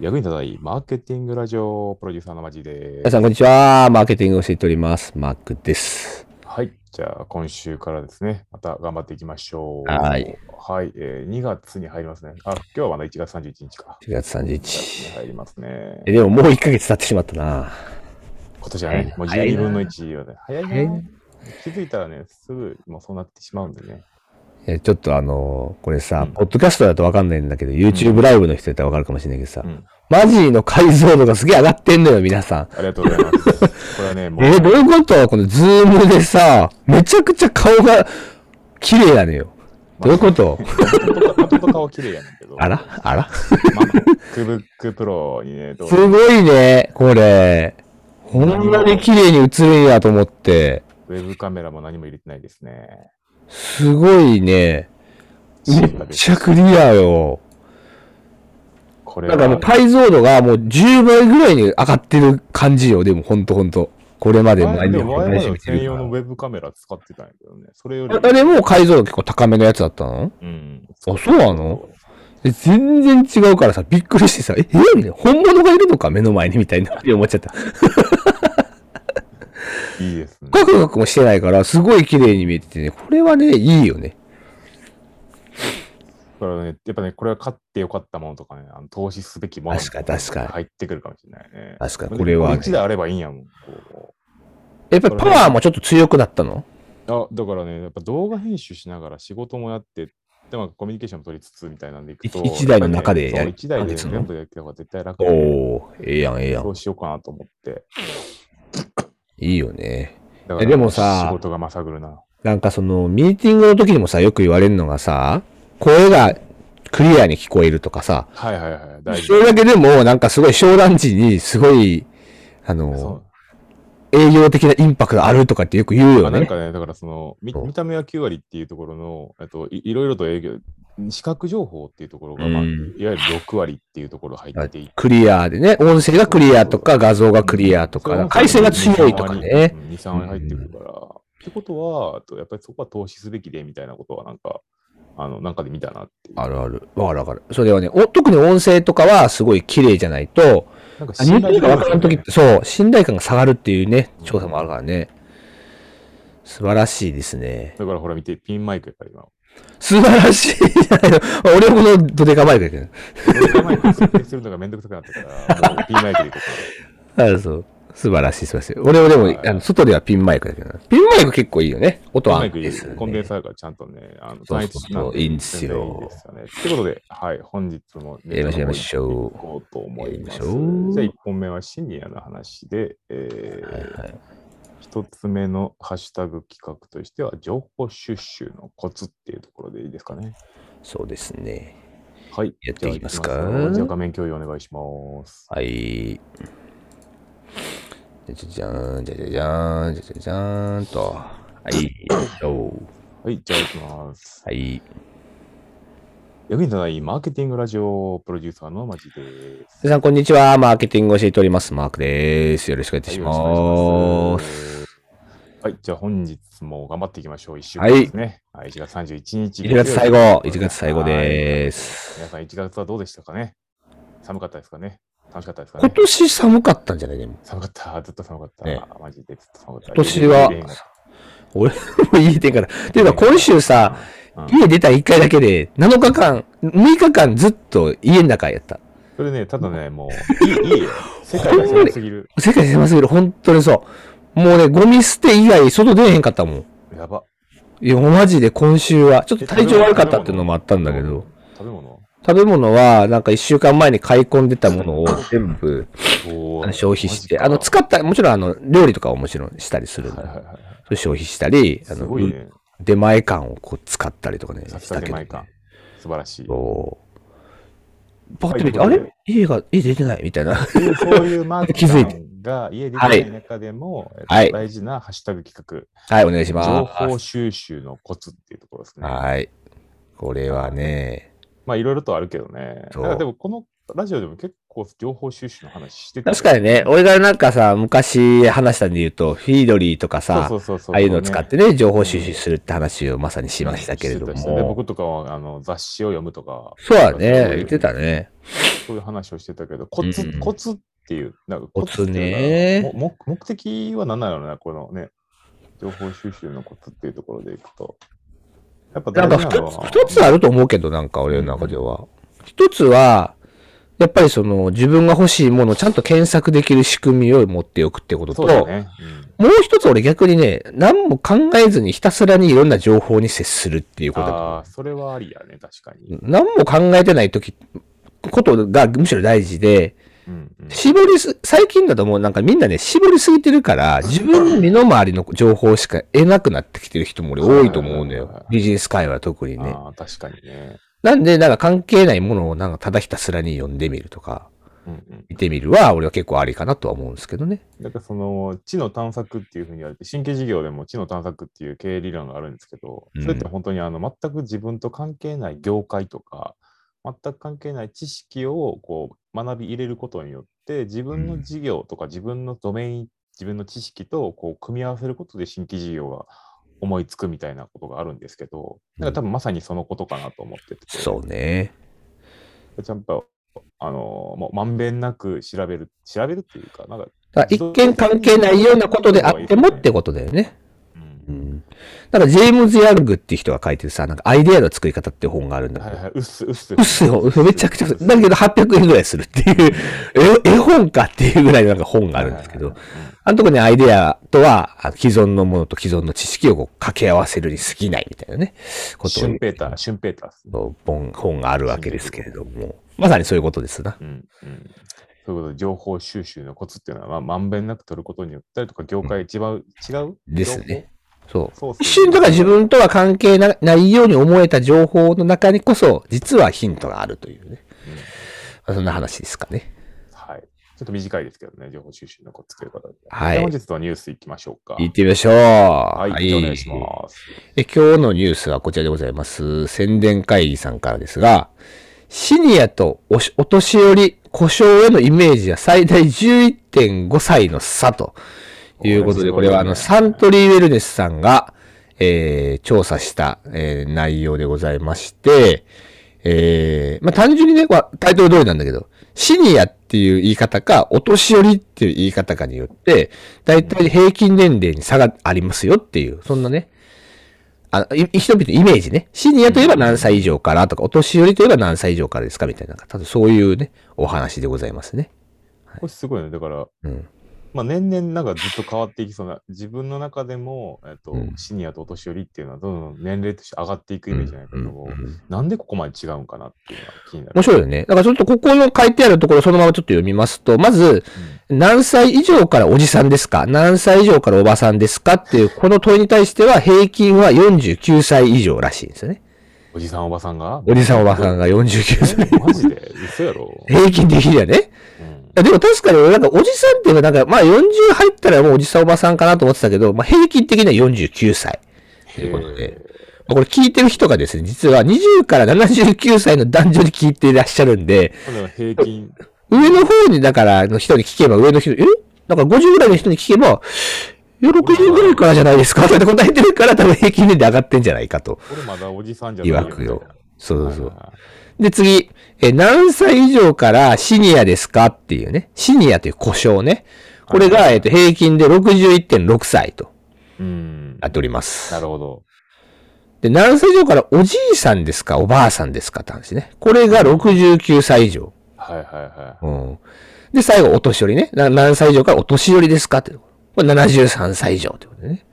役に立たないマーケティングラジオプロデューサーのマジで皆さん、こんにちは。マーケティングを教えております。マークです。はい。じゃあ、今週からですね、また頑張っていきましょう。はい。はい、えー。2月に入りますね。あ、今日はまだ1月31日か。 4月31 2月に日。入りますね。え、でももう1ヶ月経ってしまったな。今年はね、もう早いな12分の1よね。早い早いなな。気づいたらね、すぐもうそうなってしまうんでね。え、ちょっとあのーこれさ、うんポッドキャストだとわかんないんだけど、YouTube ライブの人やったらわかるかもしれないけどさ、うん。マジの解像度がすげえ上がってんのよ、皆さん。ありがとうございます。これはね、もう、え、どういうことこのズームでさ、めちゃくちゃ顔が綺麗なのよ。どういうこともともと顔綺麗やねんけど、あらあら MacBook Pro にね、どうすごいね、これ。こんなに綺麗に映るんやと思って。ウェブカメラも何も入れてないですね。すごいね。めっちゃクリアよ。これなんかもうは、解像度がもう10倍ぐらいに上がってる感じよ。でもほんとほんと。これまで前毎日でも前ま毎で日は見てる専か用のウら。ェブカメラ使ってたんやけどね。それよりあ、れも解像度結構高めのやつだったのうん。あそうなので全然違うからさ、びっくりしてさ、え、えみたいな。本物がいるのか目の前にみたいなって思っちゃった。いいですね。ガクガクもしてないから、すごい綺麗に見えててね。これはね、いいよね。だからね、やっぱね、これは買ってよかったものとかね、あの投資すべきもの確かに確かに入ってくるかもしれないね。確かにこれはね1台あればいいんやもん。こやっぱりパワーもちょっと強くなったのうあだからね、やっぱ動画編集しながら仕事もやって、でもコミュニケーションも取りつつみたいなんでいくと、い一台の中やでっぱやねそうる一台あでいつの全部やった方が絶対楽だねおー、ええやん、ええやそん。うしようかなと思って。いいよね。だからえでもさ仕事がまさぐるな。なんかその、ミーティングの時にもさ、よく言われるのがさ、声がクリアに聞こえるとかさ、はいはいはい、大そ事。れだけでも、なんかすごい商談時に、すごい、あそうの、営業的なインパクトあるとかってよく言うまよあなんね。かね、だからその見そう見た目は9割っていうところの、えっと、いいろいろと営業、視覚情報っていうところが、まあ、ういんわゆる6割っていうところ入っていて、クリアでね、音声がクリアとか、画像がクリアとそれか、も回線が強いとかね。。 2、3割入ってくるから。ってことは、あとやっぱりそこは投資すべきでみたいなことは、なんか、あの、なんかで見たなっていう。あるある。わかるわかる。それはね、お特に音声とかはすごい綺麗じゃないと、なんか何言ってるか分からんときでっきて、そう、信頼感が下がるっていうねう、ん調査もあるからね。素晴らしいですね。だからほら見て、ピンマイクやっぱり今。素晴らしいじゃないの。俺はこのドデカマイクだけど。ピンマイク 設定するのがめんどくさくなったから、もうピンマイクでいこうあそう。素晴らしい、素晴らしい。俺はでも、はいあの外ではピンマイクだけどな。ピンマイク結構いいよね。音かはな。安ピンマ定イするク、ねコンデンサーがちゃんとね、あの、そうそうそう単一しなんいいんですよいいですよね。ってことで、はい、本日もやりましょう、やりましう。ょこうと思います。じゃあやりましょう1本目はシニアの話で、えう。ーはいはい。一つ目のハッシュタグ企画としては、情報収集のコツっていうところでいいですかね。そうですね。はい。やっていきますかじゃあ行きますよじゃあ画面共有お願いします。はい。じゃじゃじゃーん、じゃじゃじゃーん、じゃじゃじゃーんと。はい。どうはい、じゃあ行き ます。はい。役に立たないマーケティングラジオプロデューサーのマジです。皆さん、こんにちは。マーケティングを教えております。マークです。よろしくお願いいたしまはす。い、じゃあ本日も頑張っていきましょう。1週は間いですね。はい、1月31日。 1月最後、1月最後はいで。す。皆さん1月はどうでしたかね寒かったですかね楽しかったですか今ね年寒かったんじゃないでも。寒かった、ずっと寒かった。ねマジでずっと寒かった。今年は家出が俺も家出から。ていうか今週さ、うん家出た1回だけで、7日間、6日間ずっと家の中やった。それね、ただね、もう、いい、いいよ。世界が狭すぎる。世界狭すぎる。本当にそう。もうね、ゴミ捨て以外外出えへんかったもん。やば。いや、マジで今週は、ちょっと体調悪かったっていうのもあったんだけど、。食べ物食べ物は、なんか1週間前に買い込んでたものを全部おあーの消費して、マジかあの、使った、もちろんあの、料理とかはもちろんしたりするんはでいはいはいはい。消費したり、あすの、ごいね。出前館をこう使ったりとかね、さっしきかたけけど、ないね。か。素晴らしい。そそう。パッと見て、はいあれ家が、家出てないみた いな。ういうそういうマーケ気づいてンが家できない中でも、えっとはい大事なハッシュタグ企はい、お願いし画、ます。情報収集のコツっていうところですね。はい。これはね、まあいろいろとあるけどね。だそうからでもこのラジオでも結こう情報収集の話してたよ確かにね、俺がなんかさ、昔話したんで言うと、フィードリーとかさ、そうそうそうそうああいうのを使ってね、情報収集するって話をまさにしましたけれどしてたしてたでも。僕とかはあの雑誌を読むとか、そうだそういうね、言ってたね。そういう話をしてたけど、コツ、うんコツっていう、なんかコツっていうのはも目目的は何なのな、このね、情報収集のコツっていうところでいくと。やっぱな大んか事なの二つ、は、二つあると思うけど、なんか俺の中では。一つは、やっぱりその自分が欲しいものをちゃんと検索できる仕組みを持っておくってことそと、うだね。うんもう一つ俺逆にね、何も考えずにひたすらにいろんな情報に接するっていうことだああ、それはありやね、確かに。何も考えてないとき、ことがむしろ大事で、うんうん絞りす、最近だともうなんかみんなね、絞りすぎてるから、自分の身の回りの情報しか得なくなってきてる人も俺多いと思うんだはいはいよは。ビジネス界は特にね。ああ、確かにね。なんで、なんか関係ないものをなんかただひたすらに読んでみるとか、うんうん。見てみるは俺は結構ありかなとは思うんですけどね。だからその、知の探索っていうふうに言われて、神経事業でも知の探索っていう経営理論があるんですけど、うんそれって本当にあの全く自分と関係ない業界とか、全く関係ない知識をこう学び入れることによって、自分の事業とか自分のドメイン、自分の知識とこう組み合わせることで新規事業が思いつくみたいなことがあるんですけど、だから多分まさにそのことかなと思ってて。そうね。ちゃんと、あのーもうまんべんなく調べる、調べるっていうか、なんか、だから一見関係ないようなことであってもってことだよね。う、うんん。だからジェームズ・ヤングっていう人が書いてるさ、なんかアイデアの作り方って本があるんだけはいど、はい、うっす、うっす。うっすよ、めちゃくちゃ、だけうっど800円ぐらいするっていう、 え絵本かっていうぐらいのなんか本があるんですけど、あのとこにアイデアとは、あの既存のものと既存の知識をこう掛け合わせるに過ぎないみたいなね、こすとシをュンペーター、シュンペーターですね。の本本があるわけですけれども、まさにそういうことですな。うん、うん。そういうことで、情報収集のコツっていうのは、まあ、まんべんなく取ることによったりとか、業界違う、違うですね。情そう。報そう一瞬だから自分。分とは関係なないように思えた情報の中にこそ、実はヒントがあるといううね。んまあそんな話ですかね。はい。ちょっと短いですけどね、情報収集のコツということで。はいじゃあ本日のニュースいきましょうか。行ってみましょう。は、はいお願いします。え今日のニュースはこちらでございます。宣伝会議さんからですが、シニアとおしお年寄り、故障へのイメージは最大11.5歳の差ということで、ここれすごいれねはあの、サントリーウェルネスさんが、えー調査した、えー内容でございまして、えーまあ、単純にね、わタイトル通りなんだけど、シニアっていう言い方か、お年寄りっていう言い方かによって、だいたい平均年齢に差がありますよっていう、そんなね、あい人々のイメージね。シニアといえば何歳以上からとか、お年寄りといえば何歳以上からですかみたいな、ただそういうね、お話でございますね。これすごいね。だから、うん。まあ、年々なんかずっと変わっていきそうな、自分の中でも、えっとうんシニアとお年寄りっていうのは、どんどん年齢として上がっていくイメージじゃないけども、うんうんうんなんでここまで違うんかなっていうのが気になる。面白いよね。だからちょっとここの書いてあるところそのままちょっと読みますと、まず、何歳以上からおじさんですか何歳以上からおばさんですかっていう、この問いに対しては平均は49歳以上らしいんですよね。おじさん、おばさんがおじさんおばさんが49歳。えマジで嘘やろ、 平均的にはね。うんいやでも確かに俺なんかおじさんっていうかなんか、まあ40入ったらもうおじさんおばさんかなと思ってたけど、まあ平均的には49歳。ということで。まあこれ聞いてる人がですね、実は20から79歳の男女に聞いていらっしゃるんで、これ平均。上の方にだからの人に聞けば上の人、えなんか50ぐらいの人に聞けば、え60ぐらいからじゃないですかって答えてるから多分平均年で上がってんじゃないかと。俺まだおじさんじゃないいわくよ。そうそうそうはい。はいで、次、え、何歳以上からシニアですかっていうね。シニアという故障ね。これが、えっと、平均で61.6歳とうん。なっております。なるほど。で、何歳以上からおじいさんですかおばあさんですかって話ね。これが69歳以上。はいはいはうん。で、最後、お年寄りね。な何歳以上からお年寄りですかって。これ73歳以上ってことでね。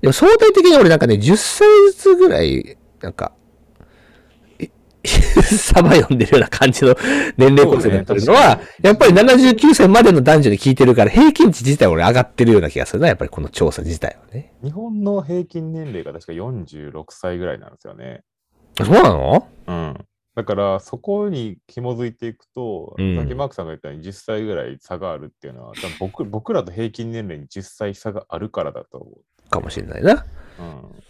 でも、相対的に俺なんかね、10歳ずつぐらい、なんか、 えサバ読んでるような感じの年齢構成になってるのそうねは、確かやっぱり79歳までの男女に聞いてるから、平均値自体俺上がってるような気がするな。やっぱりこの調査自体はね。い。日本の平均年齢が確か46歳ぐらいなんですよね。あそうなのうん。だから、そこに紐づいていくと、うんさっきマークさんが言ったように10歳ぐらい差があるっていうのは、多分僕僕らと平均年齢に10歳差があるからだと思かもしれないな。う。うん。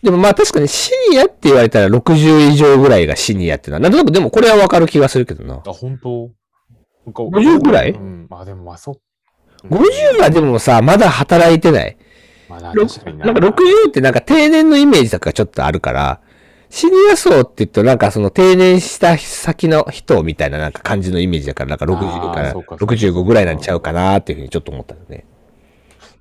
でもまあ確かにシニアって言われたら60以上ぐらいがシニアっていうのは、なんとなくでもこれはわかる気がするけどな。あ、本当50くらいうん、まあでもまあそっ ?50 はでもさ、まだ働いてない。まあなろ確かにな。なんか60ってなんか定年のイメージとかちょっとあるから、シニア層って言うとなんかその定年した先の人みたいななんか感じのイメージだから、なんか60かあーらそうか65ぐらいなんちゃうかなっていうふうにちょっと思ったよね。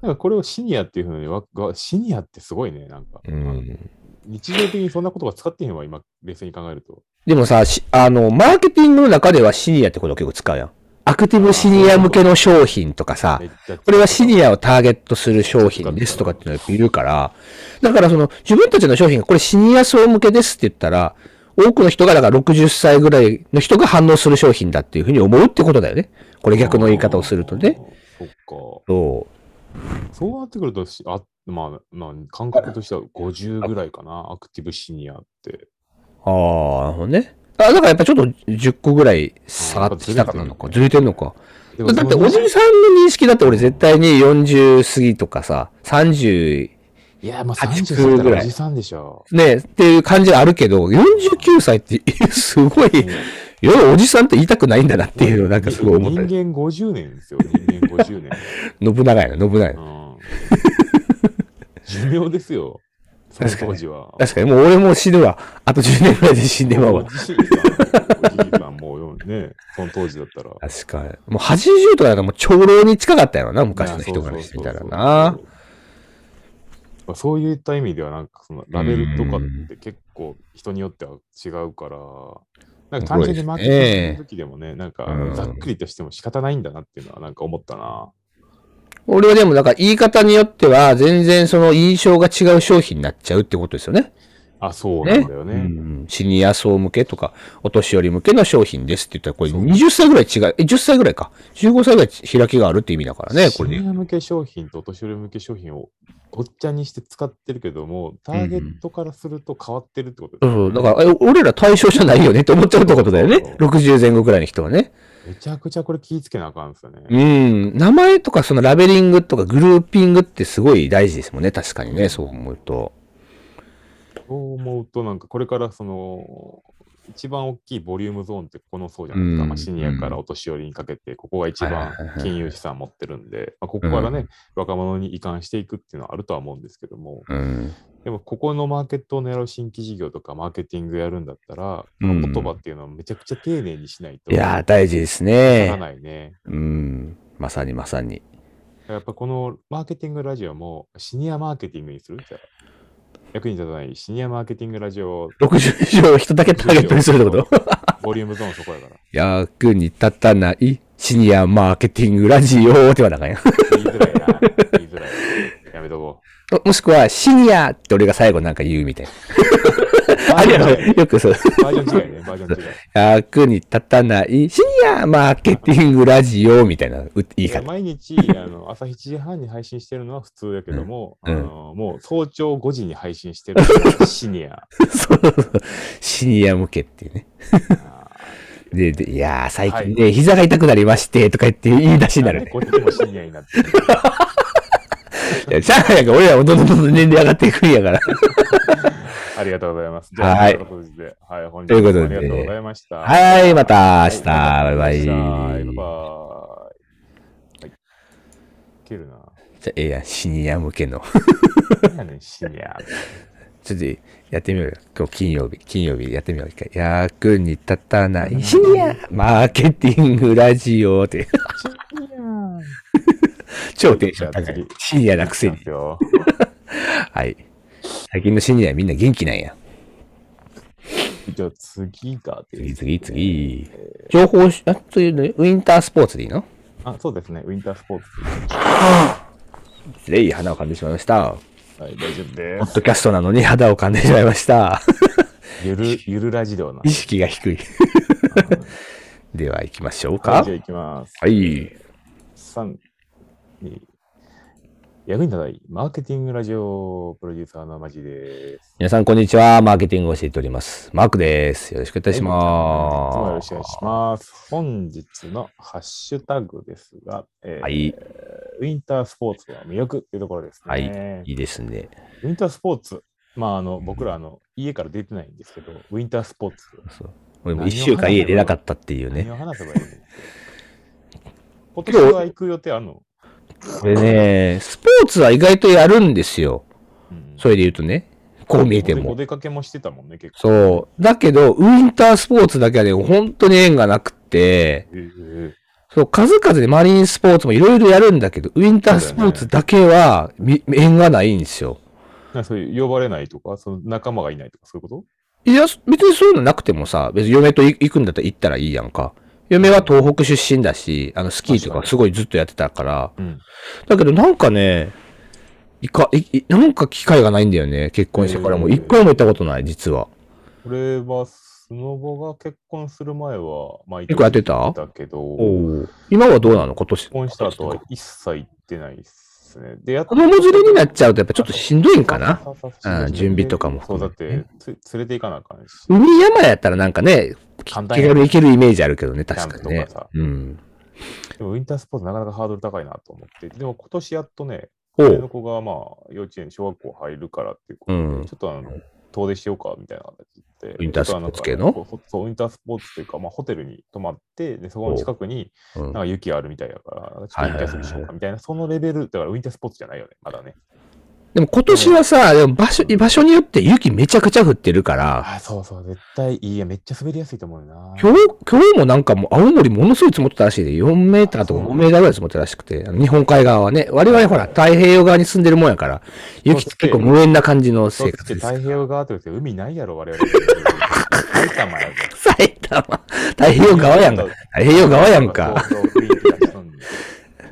なんかこれをシニアっていうふうにわわシニアってすごいね、なんか。うん。日常的にそんなことが使ってへんわ、今、冷静に考えると。でもさ、しあの、マーケティングの中ではシニアってことを結構使うやん。アクティブシニア向けの商品とかさ、これはシニアをターゲットする商品ですとかっていうのがいるから、だからその自分たちの商品がこれシニア層向けですって言ったら、多くの人がだから60歳ぐらいの人が反応する商品だっていうふうに思うってことだよね。これ逆の言い方をするとね。あー。そっそか。そうなってくると、しあまあ、まあ、感覚としては50ぐらいかな、アクティブシニアって。う。ああ、なるほどね。あだからやっぱちょっと10個ぐらい下がってきたかなのか。ずれてんのか。でだっておじいいさんの認識だって俺絶対に40過ぎとかさ、30、いや、まあ八九30ぐぐららいいおじさんでしょ。ね、っていう感じはあるけど、49歳って、すごい、いやおじさんって言いたくないんだなっていうのをなんかすごい思った。信人間50年ですよ、人間50年。長やな、信長やうな。ん 寿命ですよ、その当時は。確かに、もう俺もう死ぬわ。あと10年ぐらいで死んでまうおわ。じいさん、おじいさんもうね、その当時だったら。確かに。もう80とかだからもう長老に近かったよな、昔の人からしてみたらな。まあそういった意味では、なんかそのラベルとかって結構人によっては違うから、なんか単純にマーケティングする時でもね、なんかうんざっくりとしても仕方ないんだなっていうのはなんか思ったな。俺はでも、だから言い方によっては、全然その印象が違う商品になっちゃうってことですよね。あ、そうなねんだようね。んシニア層向けとか、お年寄り向けの商品ですって言ったら、これ20歳ぐらい違う、え、10歳ぐらいか。15歳ぐらい開きがあるって意味だからね、これでシニア向け商品とお年寄り向け商品をごっちゃにして使ってるけども、ターゲットからすると変わってるってことでそうすねそう。だから、え、俺ら対象じゃないよねって思っちゃうってことだよねそうそ。う60前後くらいの人はね。めちゃくちゃこれ気ぃつけなあかんですよね。うん。名前とか、そのラベリングとかグルーピングってすごい大事ですもんね。確かにね、そう思うと。そう思うと、なんかこれからその、一番大きいボリュームゾーンってこのそうじゃないですか、うんまあ、シニアからお年寄りにかけて、ここが一番はいはいはい金融資産持ってるんで、まあ、ここからね、うん若者に移管していくっていうのはあるとは思うんですけども、うん。でもここのマーケットを狙う新規事業とかマーケティングやるんだったら、こうんの言葉っていうのはめちゃくちゃ丁寧にしないといやー、な大事ですらね。ないね。うん。まさにまさに。やっぱこのマーケティングラジオもシニアマーケティングにするじゃあ役に立たないシニアマーケティングラジ オを60以上の人だけターゲットにするってことボリュームゾーンそこやから。役に立たないシニアマーケティングラジオってはなんかんや。言いづらいな。言いづらい。やめとこもしくは、シニアって俺が最後なんか言うみたいな。う。あるやろバよくそう。ージョン違いね。バージョン違い。役に立たないシニアマーケティングラジオみたいなう 言いいや方。毎日あの朝7時半に配信してるのは普通やけども、うんあのもう早朝5時に配信してるのがシニア。そうそうそう シニア向けっていうね。で、でいやー、最近ね、膝が痛くなりまして、とか言って言い出しになるなんでね。こっちもシニアになってる。いや、じゃあなんか俺らもどんどんどんどん年齢上がっていくんやから。ありがとうございます。じゃあ、はいということで、はい、本日というもことでありがとうございました。はい、また明日、はいバあイりがとうござバいましたバイバイ。じゃイ。はい。切るな。あ、ええやん、シニア向けの。何やねん、シニア。ちょっとやってみようよ。今日金曜日、金曜日やってみよう。一回役に立たないシニアマーケティングラジオ って。超テンション高い。シニアなくせそうにで。すよ。はい。最近のシニアみんな元気なんや。じゃあ次がです次次次。情報し、あ、というのウィンタースポーツでいいのあ、そうですね。ウィンタースポーツ。失礼、花を噛んでしまいました。はい、大丈夫でポッドキャストなのに肌を噛んでしまいました。す。ゆる、ゆるラジオな。意識が 低い。では行きましょうはいかじゃあ。行きます。はい。 3、2、役に立たないマーケティングラジオプロデューサーのマジです。皆さん、こんにちは。マーケティングを教えております。マークです。よろしくお願い本し日もよまろしくお願いします。本日のハッシュタグですが、えーす。はい。ウィンタースポーツは魅力というところですね。はいいいですね。ウィンタースポーツ、まあ、あの僕らあの家から出てないんですけど、ウィンタースポーツ、そう俺も一週間家出なかったっていう何ね。を話せばいいの今年は行く予定あるの、これね、スポーツは意外とやるんですよ。うんそれで言うとね。こう見えてお出おも。出かけもしてたもんね、結構。そう。だけど、ウィンタースポーツだけはね、本当に縁がなくって、ええそう、数々でマリンスポーツもいろいろやるんだけど、ウィンタースポーツだけは、み縁がないんですよ。なんかそういう呼ばれないとか、その仲間がいないとか、そういうこといや、別にそういうのなくてもさ、別に嫁とい行くんだったら行ったらいいやんか。嫁は東北出身だし、あの、スキーとかすごいずっとやってたから。うん。だけどなんかね、いか、い、いなんか機会がないんだよね。結婚してからも。へー一回も行ったことない、実は。俺は、スノボが結婚する前は、毎結構やってただけど、結お今はどうなの今年。婚した後は一切行ってないですね。で、やっ子供連れになっちゃうとやっぱちょっとしんどいんかなそうそうそうあー準備とかもそう含だめっててね、つ連れて行かなあかんし。海山やったらなんかね、気簡軽単やに行けるイメージあるけどね、確かにキャンねプとかさ。うん。でもウィンタースポーツなかなかハードル高いなと思って。でも今年やっとね、お上のう。子がまあ幼稚園、小学校入るからっていうこうとで、んちょっとあの遠出しようかみたいな形で。ウィンタースポーツ系のちょっとなんかねそう、ウィンタースポーツというか、まあ、ホテルに泊まって、でそこの近くにうんなんか雪あるみたいだから、ちょっとウィンタースポーツしようかみたいな、そのレベル、だからウィンタースポーツじゃないよね、まだね。でも今年はさ、でも場所、場所によって雪めちゃくちゃ降ってるから、あ、そうそう、絶対いいや、めっちゃ滑りやすいと思うよな。今日、今日もなんかもう青森ものすごい積もってたらしいで、4メーターとか5メーターぐらい積もってたらしくて、あの日本海側はね、我々ほら太平洋側に住んでるもんやから、雪って結構無縁な感じのそう生っ活てです。太平洋側というと海ないやろ、我々。埼玉やぞ埼玉、太平洋側やんか。太平洋側やんか。。そうそう雰囲気出しとんねん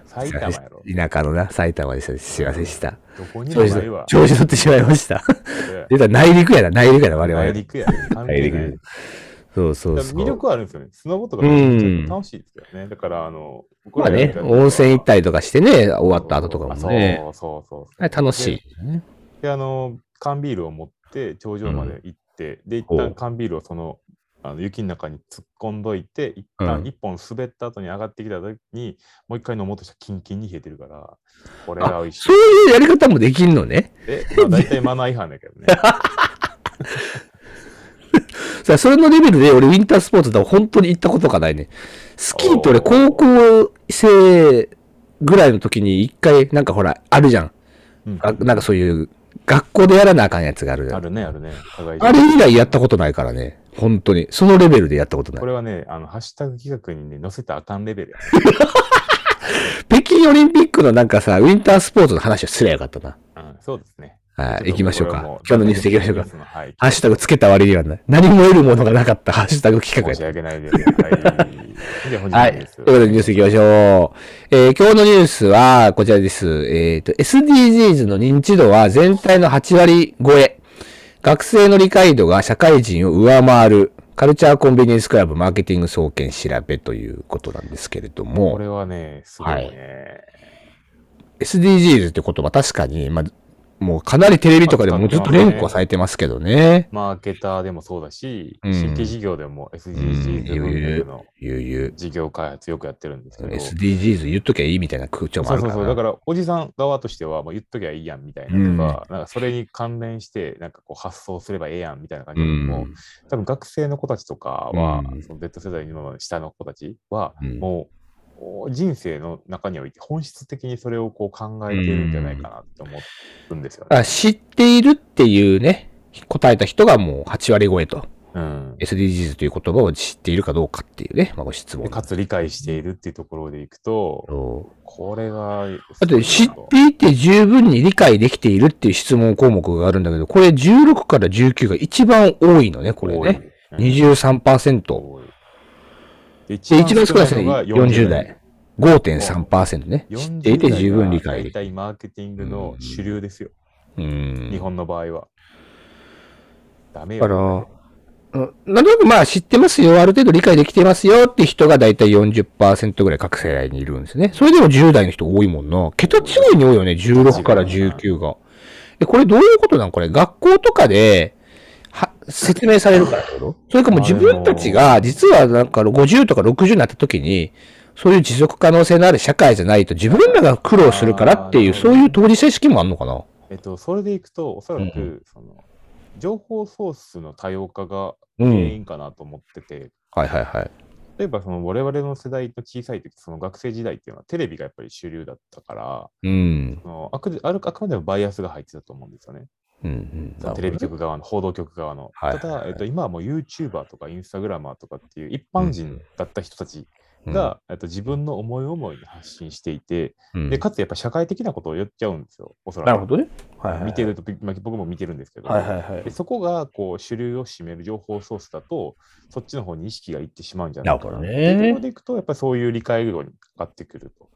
埼玉やろ。田舎のな、埼玉でした。すいませんでした。どこにも調子ない乗わっ。調子乗ってしまいました。で出た内陸やな、内陸やな、我々。内陸やね。関係な内い陸。そうそうだからそう。魅力はあるんですよね。スノボとかうん楽しいですよね。だから、あの、僕まあらがやっねた、りとか温泉行ったりとかしてね、終わった後とかもね。あそうそうそう。あれ楽しい。で。で、あの、缶ビールを持って頂上まで行って、で、一お旦缶ビールをその、あの雪の中に突っ込んどいて、一う旦ん一本滑った後に上がってきた時に、もう一回飲もうとしたらキンキンに冷えてるから、これは美味しいそう。いうやり方もできんのね。で、まあ大体マナー違反だけ どね。さあ、それのレベルで俺ウィンタースポーツだ本当に行ったことがないね。スキーと俺おー高校生ぐらいの時に一回、なんかほら、あるじゃん。うんがなんかそういう、学校でやらなあかんやつがあるじゃあん。るね、あるね。互いにあれ以来やったことないからね。本当に。そのレベルでやったことないこ。れはね、あの、ハッシュタグ企画にね、載せたらあかんレベルや。北京オリンピックのなんかさ、ウィンタースポーツの話をすりゃよかったな。うん、そうですね。はい、行きましょうかちっとこれはも。今日のニュースで行きましょうか。。はい。ハッシュタグつけた割にはない何も得るものがなかったハッシュタグ企画申やし訳ないです。 はい。じゃあ本日はのい。とニュいうース。ことでニュース行きましょう。えー今日のニュースはこちらです。えっ、と、SDGs の認知度は全体の8割超え。学生の理解度が社会人を上回る。カルチャーコンビニエンスクラブマーケティング総研調べということなんですけれどこも、れはね、すごいね。はい SDGs って言葉確かに、まあ、もうかなりテレビとかでもずっと連呼されてますけどね。マーケターでもそうだし、うん新規事業でもうん SDGs 文脈のゆうゆう。事業開発よくやってるんですけど。 SDGs 言っときゃいいみたいな空調もそあうるそかうらそう。だから、おじさん側としては、もう言っときゃいいやんみたいなとか、なんかそれに関連して、なんかこう発想すればええやんみたいな感じうで、んもう多分学生の子たちとかは、うんその Z 世代の今まで下の子たちは、うんもうお人生の中において本質的にそれをこう考えているんじゃないかなって思うんですよだかね。ら知っているっていうね、答えた人がもう8割超えと、うん、 SDGs という言葉を知っているかどうかっていうね、まあ、ご質で問。かつ理解しているっていうところでいくと、そこれが。うだって知っていて十分に理解できているっていう質問項目があるんだけど、これ16から19が一番多いのね、これね。多い、 23%。多いでで、一一番少ないですね、のが40代。5.3%ね。知40っていて十分理大解できる。体マーケティングの主流ですよ、うん日本の場合は。ダメだよ。から、うんなんとなくまあ知ってますよ、ある程度理解できてますよって人がだいたい40%ぐらい各世代にいるんですね。それでも10代の人多いもんな。桁違いに多いよね、16から19が。え、これどういうことなんこれ学校とかで、は、説明されるからってことそれかもう自分たちが、実はなんか50とか60になった時に、そういう持続可能性のある社会じゃないと自分らが苦労するからっていう、あーそういう当事者意識もあんのかなえっと、それでいくと、おそらうく、その、情報ソースの多様化がう原ん。因かなと思ってて、はいはいはい。例えばその我々の世代の小さい時、その学生時代っていうのはテレビがやっぱり主流だったから、うん。そのあくあるあくまでもバイアスが入ってたと思うんですよね。うんうん。そのテレビ局側の、報道局側の。はいはいただ、えっと、今はもう YouTuber とか Instagrammer とかっていう一般人だった人たちうん、が、えっと、自分の思い思いに発信していて、うんで、かつやっぱ社会的なことを言っちゃうんですよ、おそらく。なるほどね。はいはいはい。見てると、まあ僕も見てるんですけど、はいはいはいで。そこがこう主流を占める情報ソースだと、そっちの方に意識がいってしまうんじゃないかな。なるほどねっていうところでいくと、やっぱりそういう理解度にかかってくると。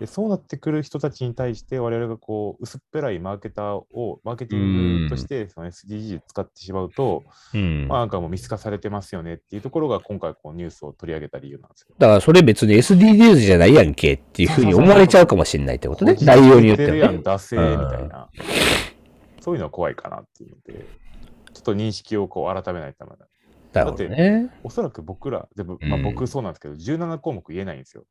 でそうなってくる人たちに対して、我々がこう薄っぺらいマーケターを、マーケティングとしてその SDGs 使ってしまうと、うん。まあ、なんかもう見透かされてますよねっていうところが、今回こうニュースを取り上げた理由なんですよ。だからそれ別に SDGs じゃないやんけっていうふうに思われちゃうかもしれないってことね。内容によってるやはねん、。惰性みたいな。そういうのは怖いかなっていうので、ちょっと認識をこう改めないためだ。なるほどね。おそらく僕ら、でぶまあ、うん僕そうなんですけど、17項目言えないんですよ。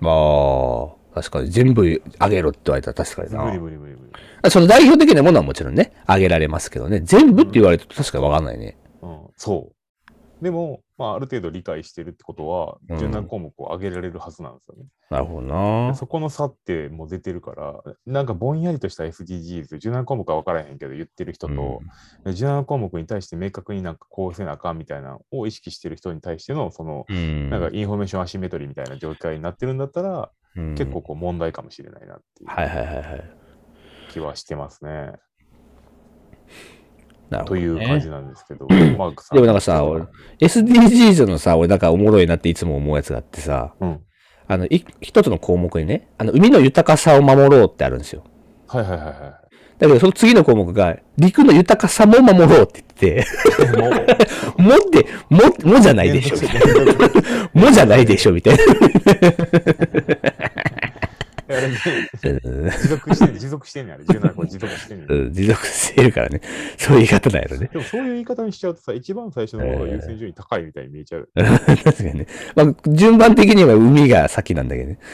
まあ、確かに全部あげろって言われたら確かに無理な。無理無理無理。その代表的なものはもちろんね、あげられますけどね。全部って言われると確かにわかんないね。うん、そう。でも、まあ、ある程度理解してるってことは、うん17項目を上げられるはずなんですよね。なるほどなそこの差ってもう出てるから、なんかぼんやりとした SDGs、17項目は分からへんけど言ってる人と、17項目に対して明確になんかこうせなあかんみたいなのを意識してる人に対しての、その、うん。なんかインフォメーションアシンメトリーみたいな状態になってるんだったら、うん結構。こう問題かもしれないなっていうはいはいはいはい。気はしてますね。なるほどとねいう感じなんですけど、マークさん。でもなんかさ、俺 SDGs のさ、俺なんかおもろいなっていつも思うやつがあってさ、うん。あの、い一つの項目にね、あの、海の豊かさを守ろうってあるんですよ。はいはいはいだけど、その次の項目が、陸の豊かさも守ろうって言って て、はい。もう、もって、も、もじゃない でしょ、みたいな。もじゃないでしょ、みたいな。いやあれね持続してんね持続してんねあれ。17個持続してんねうん 持続してるからね。そういう言い方なんやろね。 でもそういう言い方にしちゃうとさ、一番最初の方が優先順位高いみたいに見えちゃう。確かにね。まあ、順番的には海が先なんだけどね。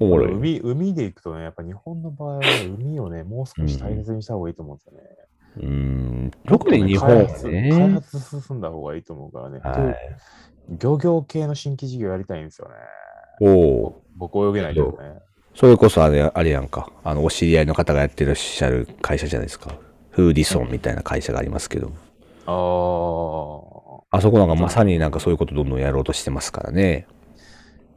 おもろい。海海で行くとね、やっぱ日本の場合はね、海をね、もう少し大切にした方がいいと思うんですよね。うん。特に日本は開ね。発開発進んだ方がいいと思うからね。はい。漁業系の新規事業やりたいんですよね。おう僕泳げないけどね。それこそあれ、あれやんか。あの、お知り合いの方がやってらっしゃる会社じゃないですか。フーディソンみたいな会社がありますけど。ああ。あそこなんかまさになんかそういうことどんどんやろうとしてますからね。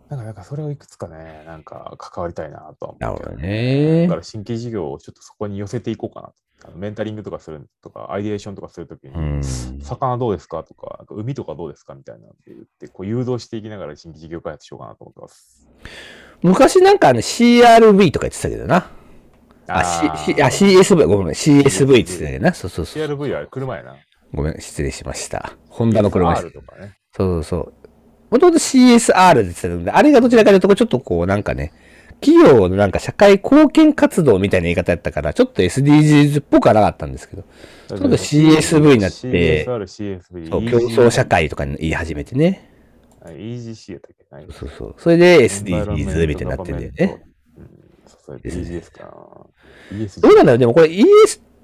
なんか、なんかそれをいくつかね、なんか関わりたいなとはな思るうけほどど。ねだか。ら新規事業をちょっとそこに寄せていこうかなと。あのメンタリングとかするとか、アイデエーションとかするときに、うん。魚どうですかとか、なんか海とかどうですかみたいなのって言って、こう誘導していきながら新規事業開発しようかなと思ってます。昔なんかあの CRV とか言ってたけどな。あ、C、ー C あ CSV、ごめん、CSV って言ってたけどな。そうそうそう。 CRV は車やな。ごめん、失礼しました。ホンダの車です R。とかね。そうそうそう。もともと CSR で言ってたので、あれがどちらかというと、ちょっとこうなんかね、企業のなんか社会貢献活動みたいな言い方やったから、ちょっと SDGs っぽくはなかったんですけど、ちょっと CSV になって CSR、CSV、そう競争社会とかに言い始めてね。会。EGC やったっけないそうそう。それで SDGs SDGs みたいになってんだよね。。うんそうそう EGS かな。ESG どうなんだろうでもこれ ES、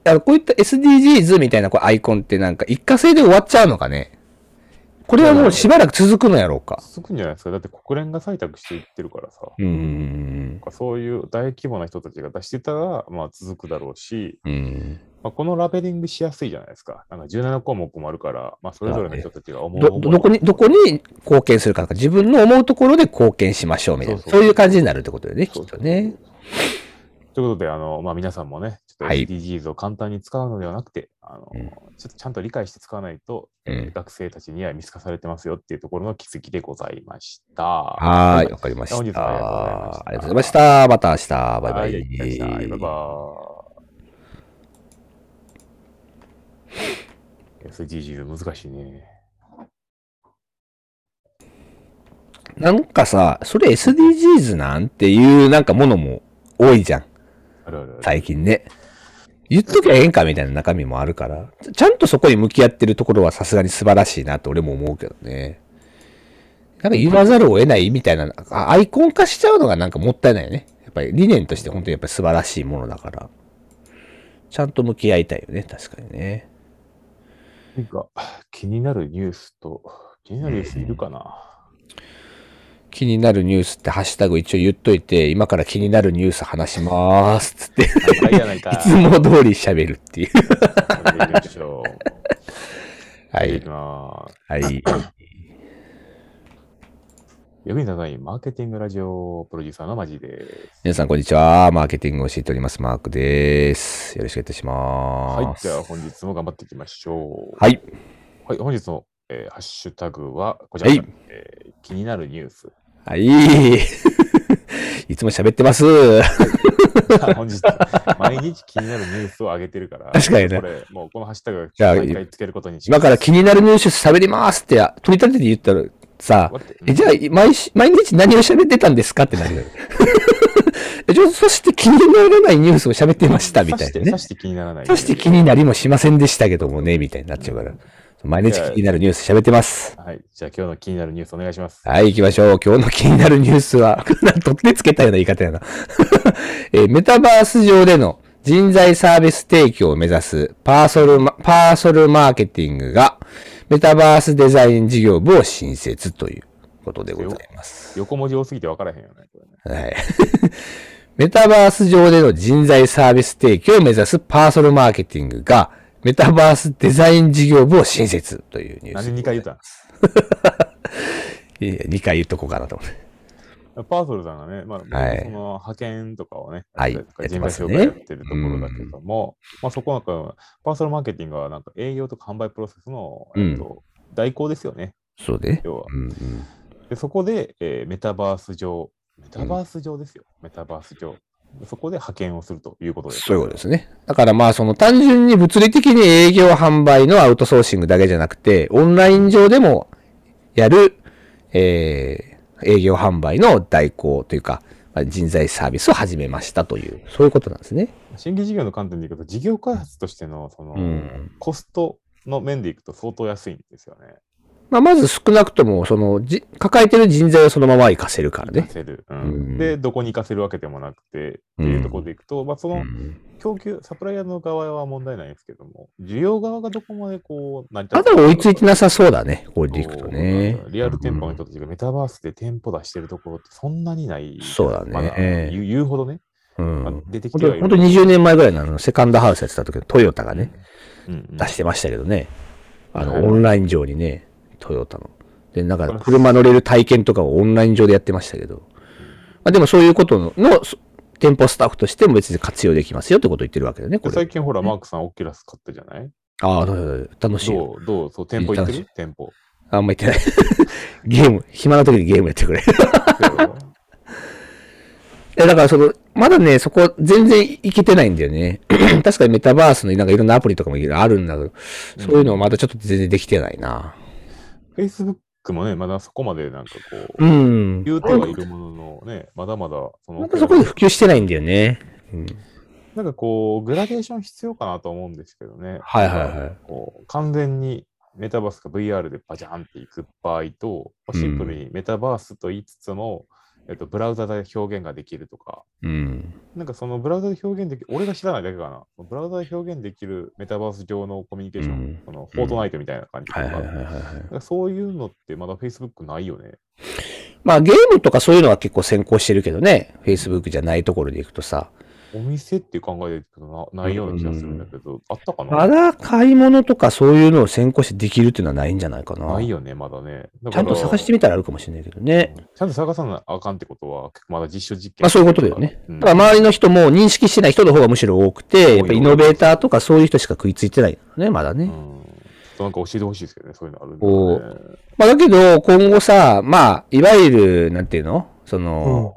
あのこういった SDGs みたいなこうアイコンってなんか一過性で終わっちゃうのかねこれはもうしばらく続くのやろうか。つくんじゃないですか。だって国連が採択していってるからさ。うーん。そういう大規模な人たちが出してたら、まあ、続くだろうし、うん。まあ、このラベリングしやすいじゃないですか。なんか17項目もあるから、まあ、それぞれの人たちが思うど、思いどこに、どこに貢献するかとか、自分の思うところで貢献しましょうみたいな、そそううそういう感じになるってことだよね、きそうっそとうね。ということで、あのまあ、皆さんもね、ちょっとはい SDGs を簡単に使うのではなくて、あのうんちょっとちゃんと理解して使わないと、うえーん。学生たちには見透かされてますよっていうところの気づきでございました。ははーい、わかりました。本日はあありがとうござりがとうございまいましした。また明日、バイバい、イ。いただきましたバイバイ。SDGs 難しいね。なんかさ、それ SDGs なんていうなんかものも多いじゃん、あるあるある。最近ね。言っときゃええんかみたいな中身もあるから、ちちゃんとそこに向き合ってるところはさすがに素晴らしいなって俺も思うけどね。なんか言わざるを得ないみたいな、あアイコン化しちゃうのがなんかもったいないよね。やっぱり理念として本当にやっぱり素晴らしいものだから、ちゃんと向き合いたいよね、確かにね。なんか、気になるニュースと、気になるニュースいるかな、気になるニュースってハッシュタグ一応言っといて、今から気になるニュース話しまーす。つ って、いなんかいやないか。つも通り喋るっていう。やってみましょう。はやっていみ。ますはい。闇の中にマーケティングラジオプロデューサーのマジです。皆さん、こんにちは。マーケティングを教えております。マークです。よろしくお願いいたします。はい、じゃあ本日も頑張っていきましょう。はい。はい、本日の、えーハッシュタグはこちら、はいえー気になるニュース。はい。 いつも喋ってます。本日、毎日気になるニュースを上げてるから、確かにねこれ、もうこのハッシュタグ、じゃあ毎回つけることにし今から気気になるニュース喋りますって、取り立てて言ったらさ、え、じゃあ、毎し毎日何を喋ってたんですかってなるよ ね。えじゃあそして気にならないニュースを喋ってましたみたいなねさ。して気にならない。そして気になりもしませんでしたけどもね、みたいになっちゃうから。毎日気になるニュース喋ってます。はい、じゃあ今日の気になるニュースお願いします。はい、行きましょう。今日の気になるニュースは、 とってつけたような言い方やな、 えーメタバース上での人材サービス提供を目指すパーソルマパーソルマーケティングが、メタバースデザイン事業部を新設ということでございます。横文字多すぎて分からへんよね。これねはい。 メタバース上での人材サービス提供を目指すパーソルマーケティングが、メタバースデザイン事業部を新設というニューなス。んで2回言ったいやいや二回言っとこうかなと思って。のパーソルさんがね、まあ、はいその派遣とかをね、はいやったりとかやって人ま材紹介すねやってるところだけども、まあ、そこなんか、パーソルマーケティングはなんか営業とか販売プロセスの、うんえっと代行ですよね、そうで。要は。うんうん。でそこで、えーメタバース上、メタバース上ですよ、メタバース上。そこで派遣をするということです。そういうことですね。だからまあその単純に物理的に営業販売のアウトソーシングだけじゃなくて、オンライン上でもやる、えー営業販売の代行というか、まあ人材サービスを始めましたという、そういうことなんですね。新規事業の観点でいくと、事業開発としてのその、うんコストの面でいくと相当安いんですよね。まあまず少なくとも、そのじ、抱えてる人材をそのまま活かせるから行かね。せる、うんうんで、どこに行かせるわけでもなくて、っていうところでいくと、まあ、その供給、サプライヤーの側は問題ないんですけども、需要側がどこまでこう、成りただ追いついてなさそうだね、これでいくとねそう。リアル店舗の人たちがメタバースで店舗出してるところってそんなにない。そうだねま言う言うほどね。うん。あ出てき本ては当い本当20年前ぐらいのあのセカンドハウスやってた時のトヨタがね、うんうん出してましたけどね。あの、はいオンライン上にね、トヨタの。で、なんかれ車乗れる体験とかをオンライン上でやってましたけど。まあでもそういうことの、のそ店舗スタッフとしても別に活用できますよってことを言ってるわけだよね、こで最れ。近ほら、マークさん、オキュラス買ったじゃないああ、そうそうそう楽しいよ。どう、どう、そう、店舗行っている店舗。あんま言ってない。 ゲーム、暇な時にゲームやってくれ。え、だからその、まだね、そこ全然いけてないんだよね。 確かにメタバースのなんかいろんなアプリとかもいろいろあるんだけど、 そういうのはまだちょっと全然できてないな。 Facebook もね、まだそこまでなんかこう、うん。言うてはいるもののね、まだまだ、そのま、だそこで普及してないんだよね。うん。なんかこう、グラデーション必要かなと思うんですけどね。はいはいはいこう完全にメタバースか VR でバジャンっていく場合と、まあシンプルにメタバースと言いつつも、えっと、ブラウザで表現ができるとか、うん。なんかそのブラウザで表現できる、俺が知らないだけかな。ブラウザで表現できるメタバース上のコミュニケーション、うんそのフォートナイトみたいな感じとか、いはい。なんかそういうのってまだ Facebook ないよね。まあゲームとかそういうのは結構先行してるけどね。Facebook じゃないところで行くとさ。お店っていう考えでいくとなないような気がするんだけど、あったかなまだ買い物とかそういうのを先行してできるっていうのはないんじゃないかな。ないよね、まだね。だちからゃんと探してみたらあるかもしれないけどね。ちゃんと探さなあかんってことは、結構まだ実証実験。まあそういうことだよね。うんだから周りの人も認識してない人の方がむしろ多くて、やっぱイノベーターとかそういう人しか食いついてないのね、まだね。うん。ちょっとなんか教えてほしいですけどね、そういうのあるんだおね。まあだけど、今後さ、まあ、いわゆる、なんていうのその、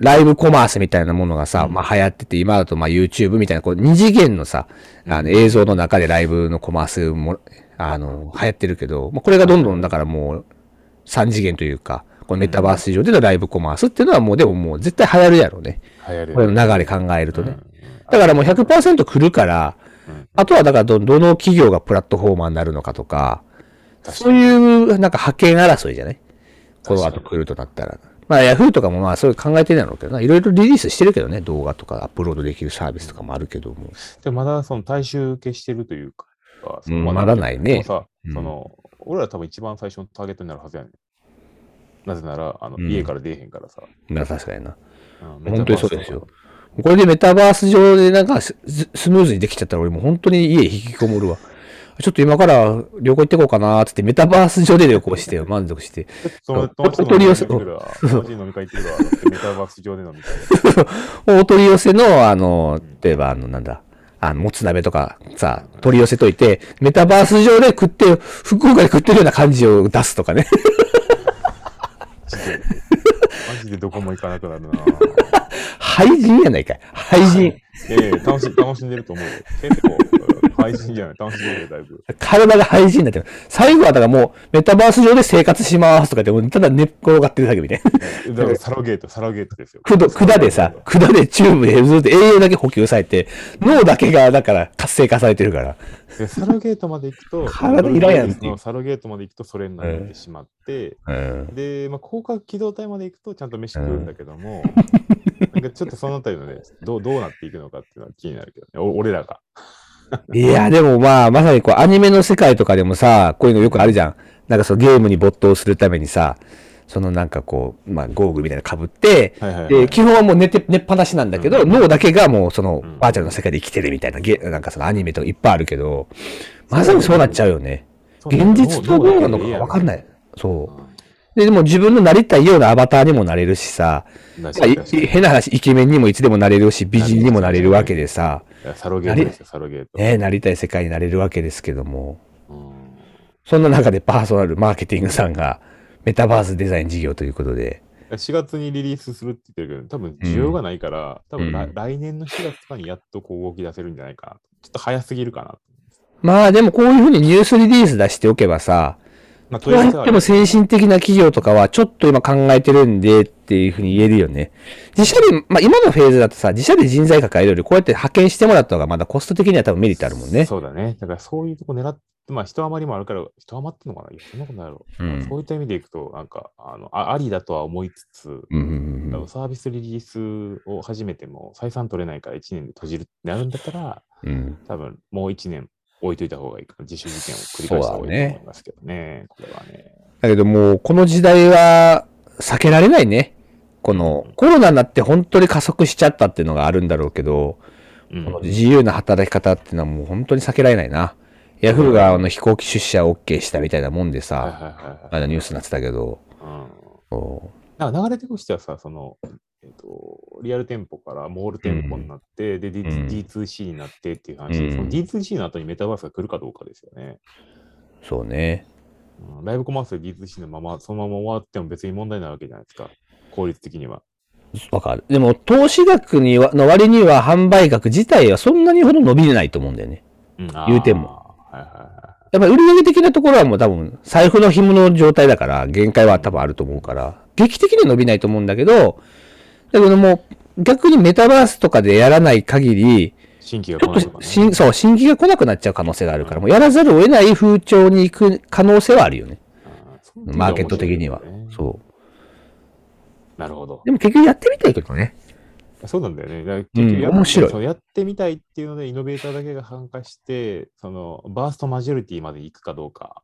ライブコマースみたいなものがさ、うんまあ流行ってて、今だとまあ YouTube みたいな、こう、二次元のさ、あの映像の中でライブのコマースも、あの、流行ってるけど、まあこれがどんどん、だからもう、三次元というか、このメタバース上でのライブコマースっていうのはもう、でももう絶対流行るやろうね。流行るこれの流れ考えるとね。うんだからもう100%来るからうん、あとはだからど、どの企業がプラットフォーマーになるのかとか、確そかうにいう、なんか派遣争いじゃないこの確か後に来るとなったら。まあ、ヤフーとかもまあ、そういう考えてるんだろうけどな。いろいろリリースしてるけどね。動画とかアップロードできるサービスとかもあるけども。でもまだその大衆受けしてるというか、か、うんそこはならないねでもさ、うんその、俺ら多分一番最初のターゲットになるはずやねん。なぜなら、あの、うん家から出えへんからさ。な、確かにな。うん本当にそうですよ。。これでメタバース上でなんかスススムーズにできちゃったら俺もう本当に家引きこもるわ。ちょっと今から旅行行ってこうかなーっつってメタバース上で旅行してよ満足して。そのそう友達と飲み会行ってくるわ。そう友達と飲み会行ってくるわ。だってメタバース上で飲み会。お取り寄せの、あの、例えばあの、なんだ、あの、もつ鍋とかさ、取り寄せといて、メタバース上で食って、福岡で食ってるような感じを出すとかね。 マジでマジでどこも行かなくなるな。 廃人やないかい。廃人。ええ楽し楽しんでると思うよ。結構、うん配信じゃない。楽しんでるよ、だいぶ。体が廃人になってる。最後はだからもう、メタバース上で生活しますとかって、ただ寝っ転がってるだけみたいな。 ねだからサロゲート、サロゲートですよ。くど、管でさ、管でチューブでずっと栄養だけ補給されて、脳だけが、だから活性化されてるから。でサロゲートまで行くと、体いらんやんっていうそのサロゲートまで行くとそれになってしまって、うん。で、まあ、広角機動隊まで行くとちゃんと飯食うんだけど も、なんかちょっとそのあたりのね、どうどうなっていくのかっていうのは気になるけどね、お俺らが。いや、でもまあ、まさにこう、アニメの世界とかでもさ、こういうのよくあるじゃん。なんかそのゲームに没頭するためにさ、そのなんかこう、まあ、ゴーグルみたいなの被って、はいはいはいで、基本はもう寝て、寝っぱなしなんだけど、うん脳だけがもうそのうんバーチャルの世界で生きてるみたいな、ゲなんかそのアニメとかいっぱいあるけど、まさにそうなっちゃうよね。そうなん現だよ。実とどうなのかわかんないい。そうど。うなってで、でも自分のなりたいようなアバターにもなれるしさ、いいやうんまあい 変な話、イケメンにもいつでもなれるし、美人にもなれるわけでさ、いやサロゲートですよ、サロゲート。ね、なりたい世界になれるわけですけども、うんそんな中でパーソナルマーケティングさんが、メタバースデザイン事業ということで、 4月にリリースするって言ってるけど、多分需要がないから、多分来,、うん来年の4月とかにやっとこう動き出せるんじゃないかな。ちょっと早すぎるかな。まあでもこういうふうにニュースリリース出しておけばさ、まあ、とこうやってもせ先進的な企業とかは、ちょっと今考えてるんでっていうふうに言えるよね。自社で、まあ今のフェーズだとさ、自社で人材抱えるより、こうやって派遣してもらった方がまだコスト的には多分メリットあるもんね。そうだね。だからそういうとこ狙って、まあ人余りもあるから、人余ってんのかないやそんなことないやろ。うんそういった意味でいくと、なんか、あのあありだとは思いつつ、うんうんうんうんサービスリリースを始めても、採算取れないから1年で閉じるってなるんだったら、うん。多分もう1年置いといた方がいいかな。自主事件を繰り返した方がいいと思いますけどね。これはね。だけどもう、この時代は避けられないね。このコロナになって本当に加速しちゃったっていうのがあるんだろうけど、うんこの自由な働き方っていうのはもう本当に避けられないな。ヤフーがあの飛行機出社 OK したみたいなもんはでいさ、はいはいはい。まだニュースになってたけど、うんそなんか流れてとしてはさ、その、えっ、と、リアル店舗からモール店舗になって、で、D うん D2C になってっていう話で、うんその D2C の後にメタバースが来るかどうかですよね。うそうね。うんライブコマースで D2C のまま、そのまま終わっても別に問題ないわけじゃないですか。効率的には。わかる。でも、投資額にはの割には販売額自体はそんなにほど伸びないと思うんだよね。うん、言うてもあー。はいはいやっぱ売上的なところはもう多分、財布の紐の状態だから、限界は多分あると思うから、劇的には伸びないと思うんだけど、だけどもう、逆にメタバースとかでやらない限り、はい。新規がち来ょなっいとかとね。新、そう、新規が来なくなっちゃう可能性があるから、もうやらざるを得ない風潮に行く可能性はあるよね。あーそういう意味でマーケット的には面白い。ですねそう。なるほど。でも結局やってみたいけどね。そうなんだよね。だからうん結局やっ面白いそのやってみたいっていうので、イノベーターだけが参加して、そのバーストマジョリティまで行くかどうか。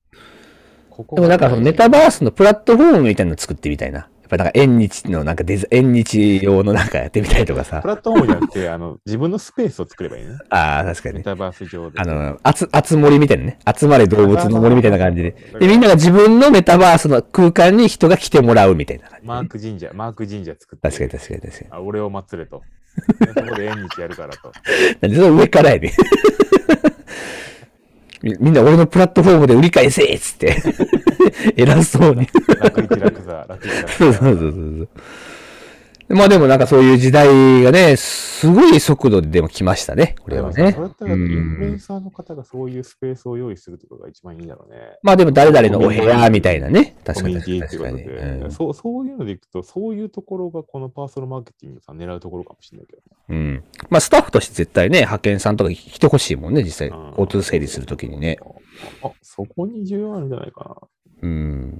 ここでもなんかそのメターバースのプラットフォームみたいなの作ってみたいな。やっぱなんか縁日のなんかデザ、縁日用のなんかやってみたいとかさプ。ラットフォームじゃなくて、あの自分のスペースを作ればいいね。ああ、確かにメ。タバース上で。あの、あつ、あつ森みたいなね。集まれ動物の森みたいな感じで。で、みんなが自分のメタバースの空間に人が来てもらうみたいな感じ。マーク神社、マーク神社作って。確かに確かに確かに。あ俺を祭れと。そこで縁日やるからと。なんでその上からやで。みみんな俺のプラットフォームで売り返せっつって。 偉そうに。楽一楽座、楽一楽そうそうそうそうそう。まあでもなんかそういう時代がね、すごい速度ででも来ましたね。これはでもさねそれっ。てうインフルエンん。サーの方がそういうスペースを用意するとかが一番いいんだろうね。まあでも誰々のお部屋みたいなね。確コかミュにニテ確ィかにって確こかとに。で、うんそうそういうのでいくと、そういうところがこのパーソナルマーケティングさん狙うところかもしれないけどね、うん。まあ、スタッフとして絶対ね、派遣さんとか来てほしいもんね、実際。うん交通整理するときにね。あ、そこに重要なんじゃないかうん。な。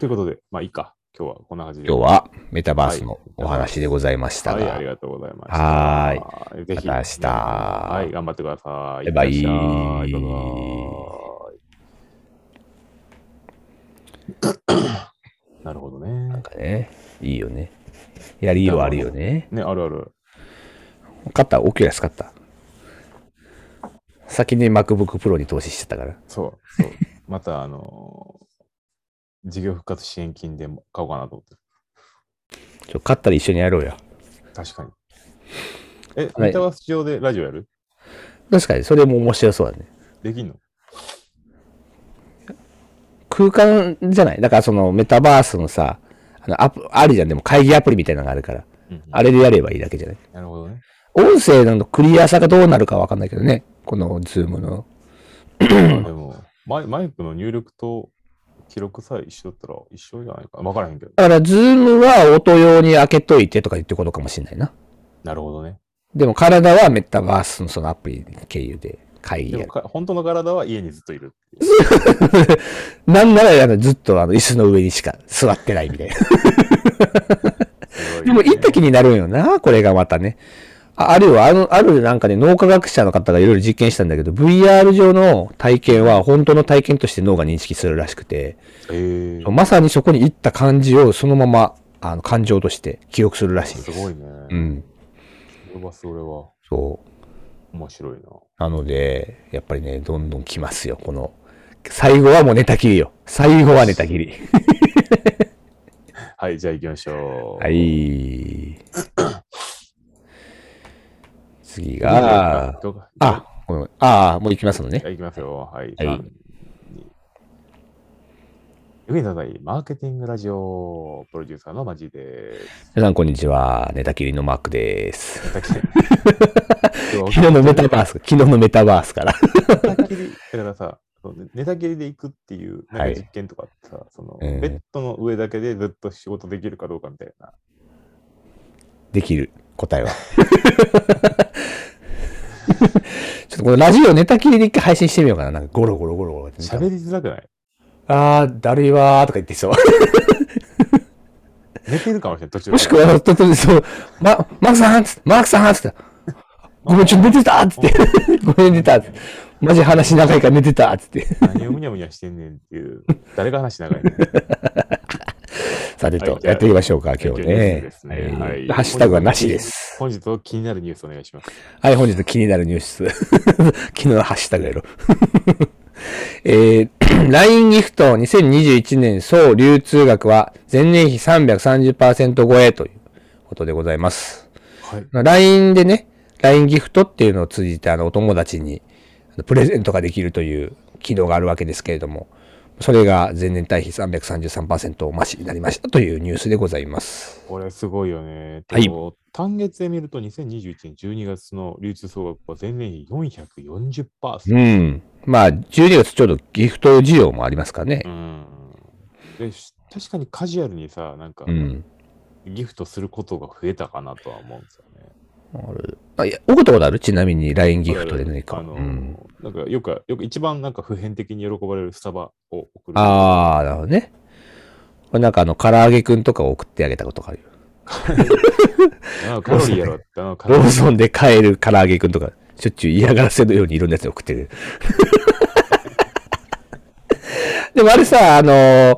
ということで、まあいいか。今日はこんな感じで。今日は、メタバースのお話でございましたはい、あがり。がとうございました。はぜひ。また明日はい、頑張ってください。バイバイいってらっしゃいどうぞ。 なるほどなんね。かね、いいよね。やりようあるよね。ね、あるある。買ったオキュラス買った。先に MacBook Pro に投資してたから。 そう、そう。また、あのー事業復活支援金でも買おうかなと思ってる。ちょ、買ったら一緒にやろうよ。確かに。え、はいメタバース上でラジオやる確かに、それも面白そうだね。できんの空間じゃないだからそのメタバースのさ、あのアプあるじゃん、でも会議アプリみたいなのがあるから、うんうんあれでやればいいだけじゃないなるほ どね。音声のクリアさがどうなるかわかんないけどね。このズームの。まあでもマイ、マイクの入力と記録さえ一緒だったら一緒じゃないか。わからへんけど。だからズームは音用に開けといてとか言ってことかもしれないな。なるほどね。でも体はメタバースのそのアプリ経由で会で議やもる。か、本当の体は家にずっといるっていう。なんならあのずっとあの椅子の上にしか座ってない みたいな。すごい でもいいね時になるんよな、これがまたね。ああるよ、あの、あるなんかね、脳科学者の方がいろいろ実験したんだけど、VR 上の体験は本当の体験として脳が認識するらしくて、えーまさにそこに行った感じをそのまま、あの、感情として記憶するらしいですごいね。うん。それはそれはそう。面白いな。なので、やっぱりね、どんどん来ますよ、この。最後はもう寝たきりよ。最後は寝たきり。はい、じゃあ行きましょう。 はい。次どうか。が、どうかあ、ごめんああ、もう行きますのねは。い、いきますよ。はい。はい三二海のないマーケティングラジオプロデューサーのマジ です。皆さん、こんにちは。寝たきりのマークです。だけ昨昨日のメタバース、昨日のメタバースから。寝たきり、だからさ、その寝たきりで行くっていうなはんいか実験とかあってさ、そのうんベッドの上だけでずっと仕事できるかどうかみたいな。できる、答え は。ちょっとこのラジオ寝たきりで一回配信してみようかな。なんかゴロゴロゴロゴロって寝た。喋りづらくないあー、だるいわーとか言ってそう。寝てるかもしれない、途中 もしかくは、とっとそう、ま、マークさんっつって、マークさんっつって、ごめん、ちょっと寝てたっつって、ごめん、寝てたっつってマジ話長いから寝てたっつ って。ら。何をむにゃむにゃしてんねんっていう。誰が話しながら、ね、さてとは、いやっていきましょうか、今日今日ニュースねですね。ははいいハッシュタグはなしです。本日の気になるニュースお願いします。はい、本日気になるニュース。 昨日のハッシュタグやろ。 えー LINE ギフト2021年総流通額は前年比330%超えということでございます。はい。 LINE でね、LINE ギフトっていうのを通じてあのお友達にあのプレゼントができるという機能があるわけですけれども、それが前年対比333%増しになりましたというニュースでございます。これすごいよね。はいと単月で見ると2021年12月の流通総額は前年比440%。うん。まあ、12月ちょうどギフト需要もありますからねう。ん。でし確かにカジュアルにさ、なんか、うん。ギフトすることが増えたかなとは思うんですよね。ある。あ、いや、送ったことあるちなみに LINE ギフトで何か。あの、うん、なんかよく、よく一番なんか普遍的に喜ばれるスタバを送る。あー、なるほどね。これなんかあの、唐揚げくんとかを送ってあげたことがあるよ。あのカロリーやろって、あのカロロリーーソンで買える唐揚げくんとか、しょっちゅう嫌がらせのようにいろんなやつに送ってる。 でもあれさ、あの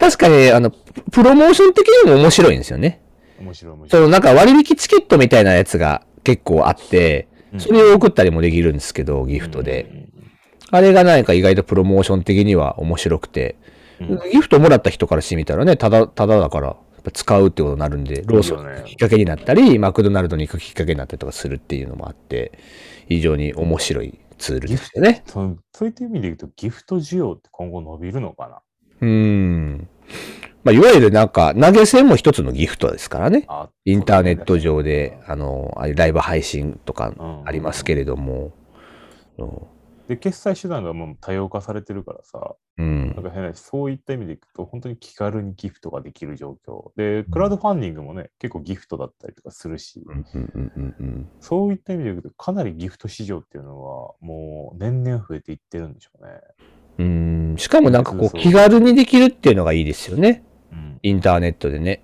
確かに、あの、プロモーション的にも面白いんですよね。面白い面そ白い。のなんか割引チケットみたいなやつが結構あって、うんそれを送ったりもできるんですけど、ギフトで。あれがなんか意外とプロモーション的には面白くて、うんギフトもらった人からしてみたらね、ただ、ただだから、やっぱ使うってことになるんで、ローソンに行くきっかけになったり、マクドナルドに行くきっかけになったりとかするっていうのもあって、非常に面白いツールですよね。そそういった意味で言うと、ギフト需要って今後伸びるのかなうーん。まあ、いわゆるなんか、投げ銭も一つのギフトですからね。あインターネット上で、あの、ああいうライブ配信とかありますけれども、で、決済手段がもう多様化されてるからさ、うんな。んか変な話、そういった意味でいくと、本当に気軽にギフトができる状況。で、クラウドファンディングもね、結構ギフトだったりとかするし、うんうんうんうんうんそういった意味でいくと、かなりギフト市場っていうのは、もう年々増えていってるんでしょうね。うーんしかもなんかこそううそう気軽にできるっていうのがいいですよね。うん、インターネットでね。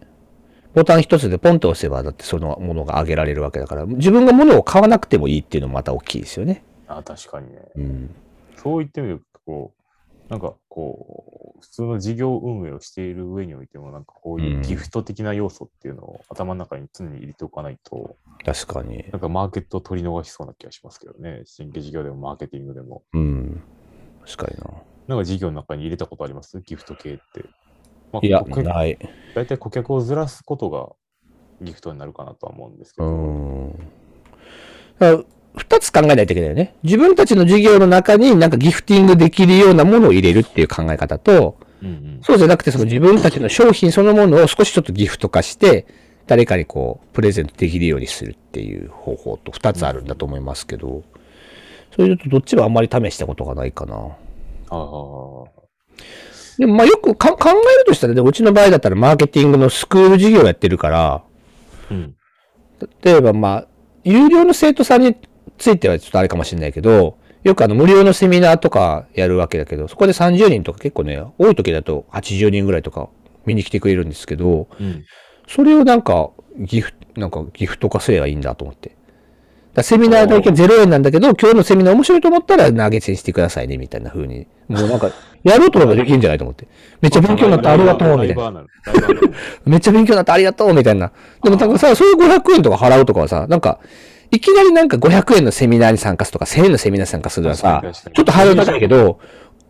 ボタン一つでポンと押せば、だってそのものが上げられるわけだから、自分が物を買わなくてもいいっていうのもまた大きいですよね。あ確かにね。うん。そういった意味でいくと、こう、なんかこう、普通の事業運営をしている上においても、なんかこういうギフト的な要素っていうのを頭の中に常に入れておかないと、確かに。なんかマーケットを取り逃しそうな気がしますけどね。新規事業でもマーケティングでも。うん。確かにな。なんか事業の中に入れたことありますギフト系って。まあいや、顧客ない。大体顧客をずらすことがギフトになるかなとは思うんですけうど。ん。だから二つ考えないといけないよね。自分たちの事業の中になんかギフティングできるようなものを入れるっていう考え方と、うんうんそうじゃなくてその自分たちの商品そのものを少しちょっとギフト化して、誰かにこう、プレゼントできるようにするっていう方法と二つあるんだと思いますけど、それだとどっちもあんまり試したことがないかな。ああ。でもまあよくか考えるとしたらね、うちの場合だったらマーケティングのスクール事業やってるから、うん。例えばまあ、有料の生徒さんについてはちょっとあれかもしれないけど、よくあの無料のセミナーとかやるわけだけど、そこで30人とか結構ね、多い時だと80人ぐらいとか見に来てくれるんですけど、うん。それをなんかギフ、なんかギフト化すればいいんだと思って。だからセミナー代金0円なんだけど、今日のセミナー面白いと思ったら投げ銭してくださいね、みたいな風に。もうなんか、やろうと思えばできるんじゃないと思って。めっちゃ勉強になった、ありがとう、みたいな。ラな。イバーなのライバーなのめっちゃ勉強になった、ありがとうみたいな。でもなんかさ、そういう500円とか払うとかはさ、なんか、いきなりなんか500円のセミナーに参加するとか、1000円のセミナーに参加するのは確さかに確か、にちょっとハードル高いけど、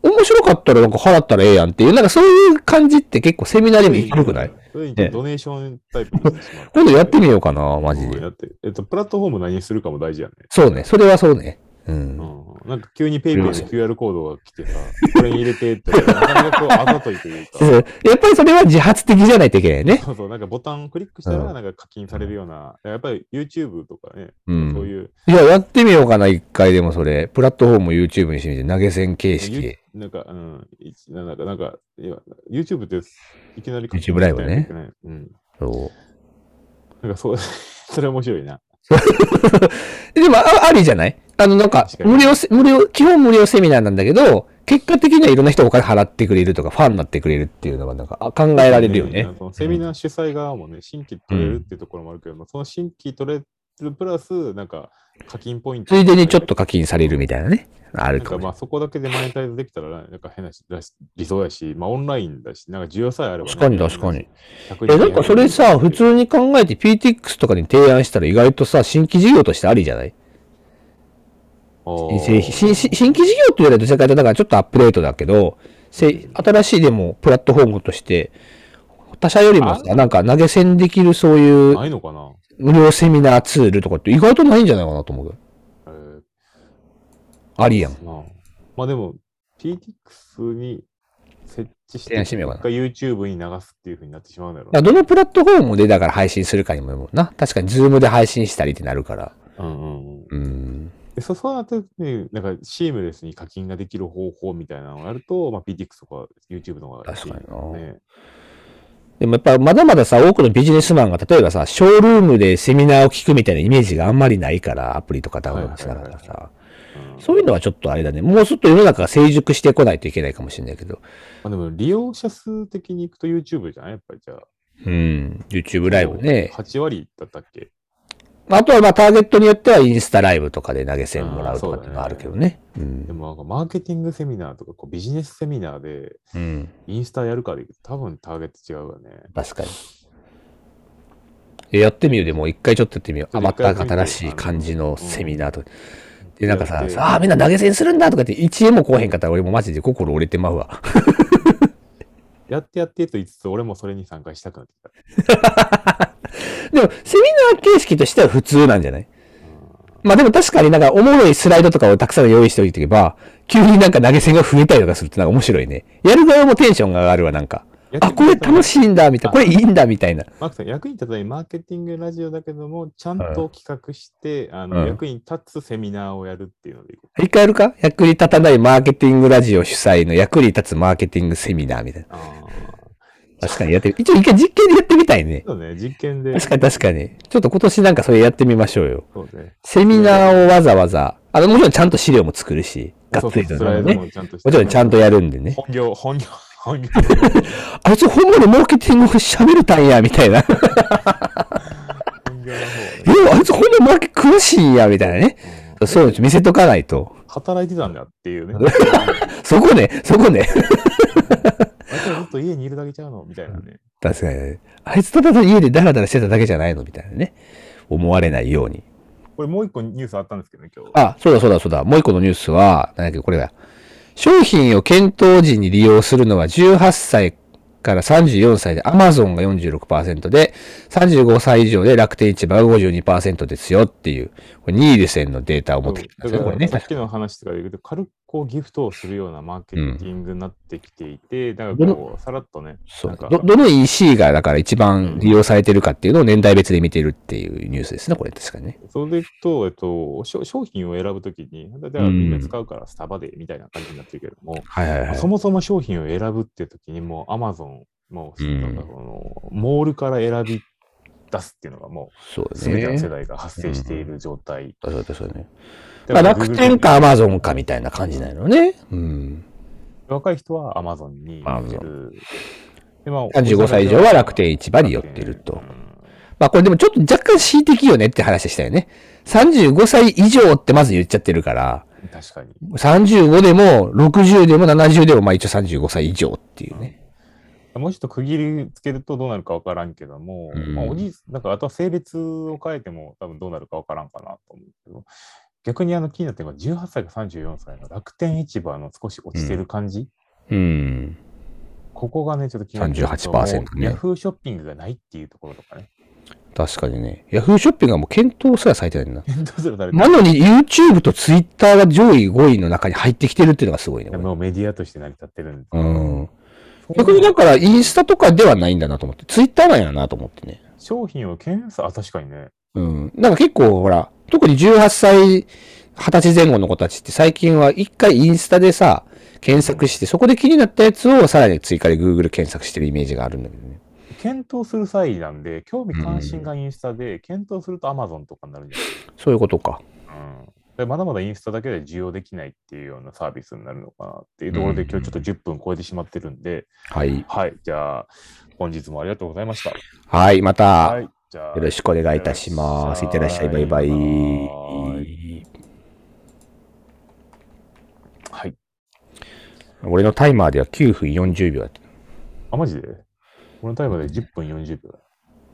面白かったらなんか払ったらええやんっていう、なんかそういう感じって結構セミナーでも 広くないそれにね。ドネーションタイプになってしまう今度やってみようかな、マジうんで。だって、えっと、プラットフォーム何にするかも大事やね。そうね、それはそうね。うん。うん。なんか急にペイペイの QR コードが来てさ、これに入れて って、なかなかこう、あざといというか。そうやっぱりそれは自発的じゃないといけないね。そうそう、なんかボタンをクリックしたら、うんなんか課金されるような、やっぱり YouTube とかね、うんそういう、いや、やってみようかな、一回でもそれ。プラットフォーム YouTube にしてみて、投げ銭形式。ゆなんか、うん、いちなんか、なんか、いや YouTube です。いきなり課 YouTube ライブねしないといけない。うん。そうなんかそう、 それ面白いな。でも、あありじゃないあの、なんか確、かに無料せ、無料、基本無料セミナーなんだけど、結果的にはいろんな人がお金払ってくれるとか、ファンになってくれるっていうのが、なんか、あ考えられるよね。そのセミナー主催側もね、新規取れるっていうところもあるけども、その新規取れるプラス、なんか課金ポイント。ついでにちょっと課金されるみたいなね。あなるんかかもまあそこだけでマネタイズできたら、なんか変なしだし理想やし、まあオンラインだし、なんか需要さえあればね、確かに確かに100人。え、なんかそれさ、普通に考えて PTX とかに提案したら意外とさ、新規事業としてありじゃないおぜひ新新新規事業って言われると世界でだからちょっとアップデートだけど、せ新しいでもプラットフォームとして、他社よりもさ、なんか投げ銭できるそういうないのかな、無料セミナーツールとかって意外とないんじゃないかなと思うよ。えーありやん。まあ、まあでも、PTX に設置して、提案してみようかな結果 YouTube に流すっていうふうになってしまうんだろうだかな。らどのプラットフォームでだから配信するかにもよるもんな。確かにズームで配信したりってなるから。うんうんうんうん。でそそうなった時に、なんかシームレスに課金ができる方法みたいなのをやると、まあ、PTX とか YouTube の方がいい確かになね。でもやっぱまだまださ、多くのビジネスマンが例えばさ、ショールームでセミナーを聞くみたいなイメージがあんまりないから、アプリとかダウンロードしながらはさ。うんそういうのはちょっとあれだね。もうちょっと世の中が成熟してこないといけないかもしれないけど。まあ、でも利用者数的にいくと YouTube じゃないやっぱりじゃあ。うん。YouTube ライブね。 8割だったっけあとはまあターゲットによってはインスタライブとかで投げ銭もらうとかっていうのはあるけどね。うんでもなんかマーケティングセミナーとかこうビジネスセミナーでうん。インスタやるかで言うと多分ターゲット違うわね。確かに。えやってみるでもう一回ちょっとやってみよう。ちょあ、っとま一回たやってみて新しい感じのセミナーと。で、なんかやさ、ってさあみんな投げ銭するんだとかって1円もこうへんかったら俺もマジで心折れてまうわ。やってやってと言いつつ、俺もそれに参加したくなってきた。でも、セミナー形式としては普通なんじゃないまあでも確かになんかおもろいスライドとかをたくさん用意しておいておけば、急になんか投げ銭が増えたりとかするってなんか面白いね。やる側もテンションが上がるわ、なんか。あ、これ楽い。しいんだ、みたいな。これいいんだ、みたいな。マークさん、役に立たないマーケティングラジオだけども、ちゃんと企画して、あうのん役に立つセミナーをやるっていうのでいこう。一回やるか役に立たないマーケティングラジオ主催の役に立つマーケティングセミナーみたいな。あ確かにやってみ、一応一回実験でやってみたいねあ。。そうね、実験で。確かに確かに。ちょっと今年なんかそれやってみましょうよ。そうね。セミナーをわざわざ、あの、もちろんちゃんと資料も作るし、がそうっつりそうとスライドね。もちゃんとしてもちろんちゃんとやるんでね。本業、本業、本業。あいつほんまにマーケティング喋るたんや、みたいな。え、本業の方ね あいつほんまにマーケ苦しいんや、みたいなね。うそうです。見せとかないと。働いてたんだっていう ね。そこね、そこね。あいつらずっと家にいるだけちゃうのみたいなね。確かにね。あいつただ家でダラダラしてただけじゃないのみたいなね。思われないように。これもう一個ニュースあったんですけどね、今日。あ、そうだそうだそうだ。もう一個のニュースは、なんだっけ、これだ。商品を検討時に利用するのは18歳から34歳で Amazon が46%で、35歳以上で楽天市場が52%ですよっていう、これ2位で線のデータを持ってきたんですだよ、こかれらね。さっきの話とかで言うと、軽くこうギフトをするようなマーケティングになってきていて、だからこう、さらっとね、そなんうかど、どの EC がだから一番利用されてるかっていうのを年代別で見てるっていうニュースですね、これ確かにね。それでいくと、えっと、商商品を選ぶときに、だからみんな使うからスタバでみたいな感じになってるけども、はいはいそもそも商品を選ぶっていうときに、もう Amazon、もう、うんなんかこの、モールから選び出すっていうのがもそうう、ですすべてのね。世そう代が発生している状態。だそうだね。だまあら楽天か Amazon かみたいな感じなのね。うん。若い人は Amazon に行ってる。でまあ35歳以上は楽天市場に寄っているとまあこれでもちょっと若干恣意的よねって話でしたよね。35歳以上ってまず言っちゃってるから、うん確かに。 35でも60でも70でもまあ一応35歳以上っていうね。もうちょっと区切りつけるとどうなるかわからんけども、うんまあ、おじいなんかあとは性別を変えても多分どうなるかわからんかなと思うけど、逆にあの気になってるのが18歳から34歳の楽天市場の少し落ちてる感じ、うん。ここがね、ちょっと気になって38%ねヤフーショッピングがないっていうところとかね。 確かにね。ヤフーショッピングはもう検討すらされてないんだ。どうする誰かなのに YouTube と Twitter が上位5位の中に入ってきてるっていうのがすごいね。これもうメディアとして成り立ってるんですうん。逆にだからインスタとかではないんだなと思って、Twitter なんやなと思ってね。商品を検査、あ、確かにね。うん。なんか結構ほら、特に18歳、20歳前後の子たちって最近は一回インスタでさ、検索して、そこで気になったやつをさらに追加で Google 検索してるイメージがあるんだけどね。検討する際なんで、興味関心がインスタで、検討すると Amazon とかになるんじゃないそういうことか。うんでまだまだインスタだけで需要できないっていうようなサービスになるのかなっていうところで、うん今日ちょっと10分超えてしまってるんで、はい。はい、じゃあ、本日もありがとうございました。はい、また、はよい、じゃあ、ろしくお願いいたします。いってらっしゃい、バイババイイ。はい。俺のタイマーでは9分40秒だった。あ、マジでこのタイムで10分40秒だ。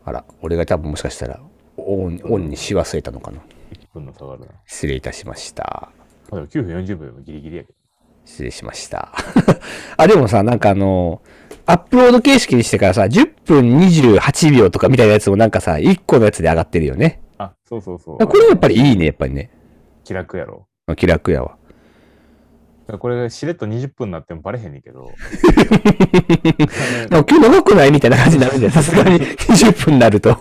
あら、俺が多分もしかしたら、オンオンにし忘れたのかな。 1分の差があるな。ま失礼いたしました。あ、でも9分40秒でもギリギリやけど。失礼しました。 あ、でもさ、なんかあの、アップロード形式にしてからさ、10分28秒とかみたいなやつもなんかさ、1個のやつで上がってるよね。あ、そうそうそう。これやっぱりいいね、やっぱりね。気楽やろ。気楽やわ。だからこれがしれっと20分になってもバレへんねんけど。でも今日長くないみたいな感じになるんだよ。さすがに20分になると。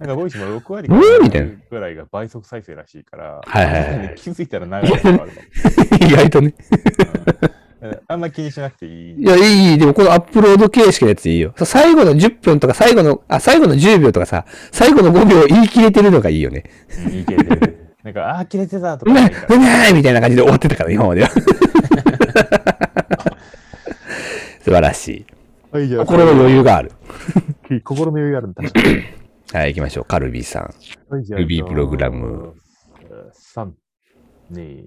なんかボイシーも6割うかんらみたいなぐらいが倍速再生らしいから、はいはいはいね 気づいたら長いことがあるかも意外とね。うんあんま気にしなくていい。いや、いいいい、でもこのアップロード形式のやついいよ。さ最後の10分とか、最後の、あ、最後の10秒とかさ、最後の5秒言い切れてるのがいいよね。いいけど なんか、ああ、切れてたとうかなまいいかうまいみたいな感じで終わってたから、今までは。 素晴らしい。ら。はい、じこれは余裕がある。裕。心の余裕があるんだ。はい、行きましょう。カルビーさん。はい、じ Ruby プログラム。 3、2、1。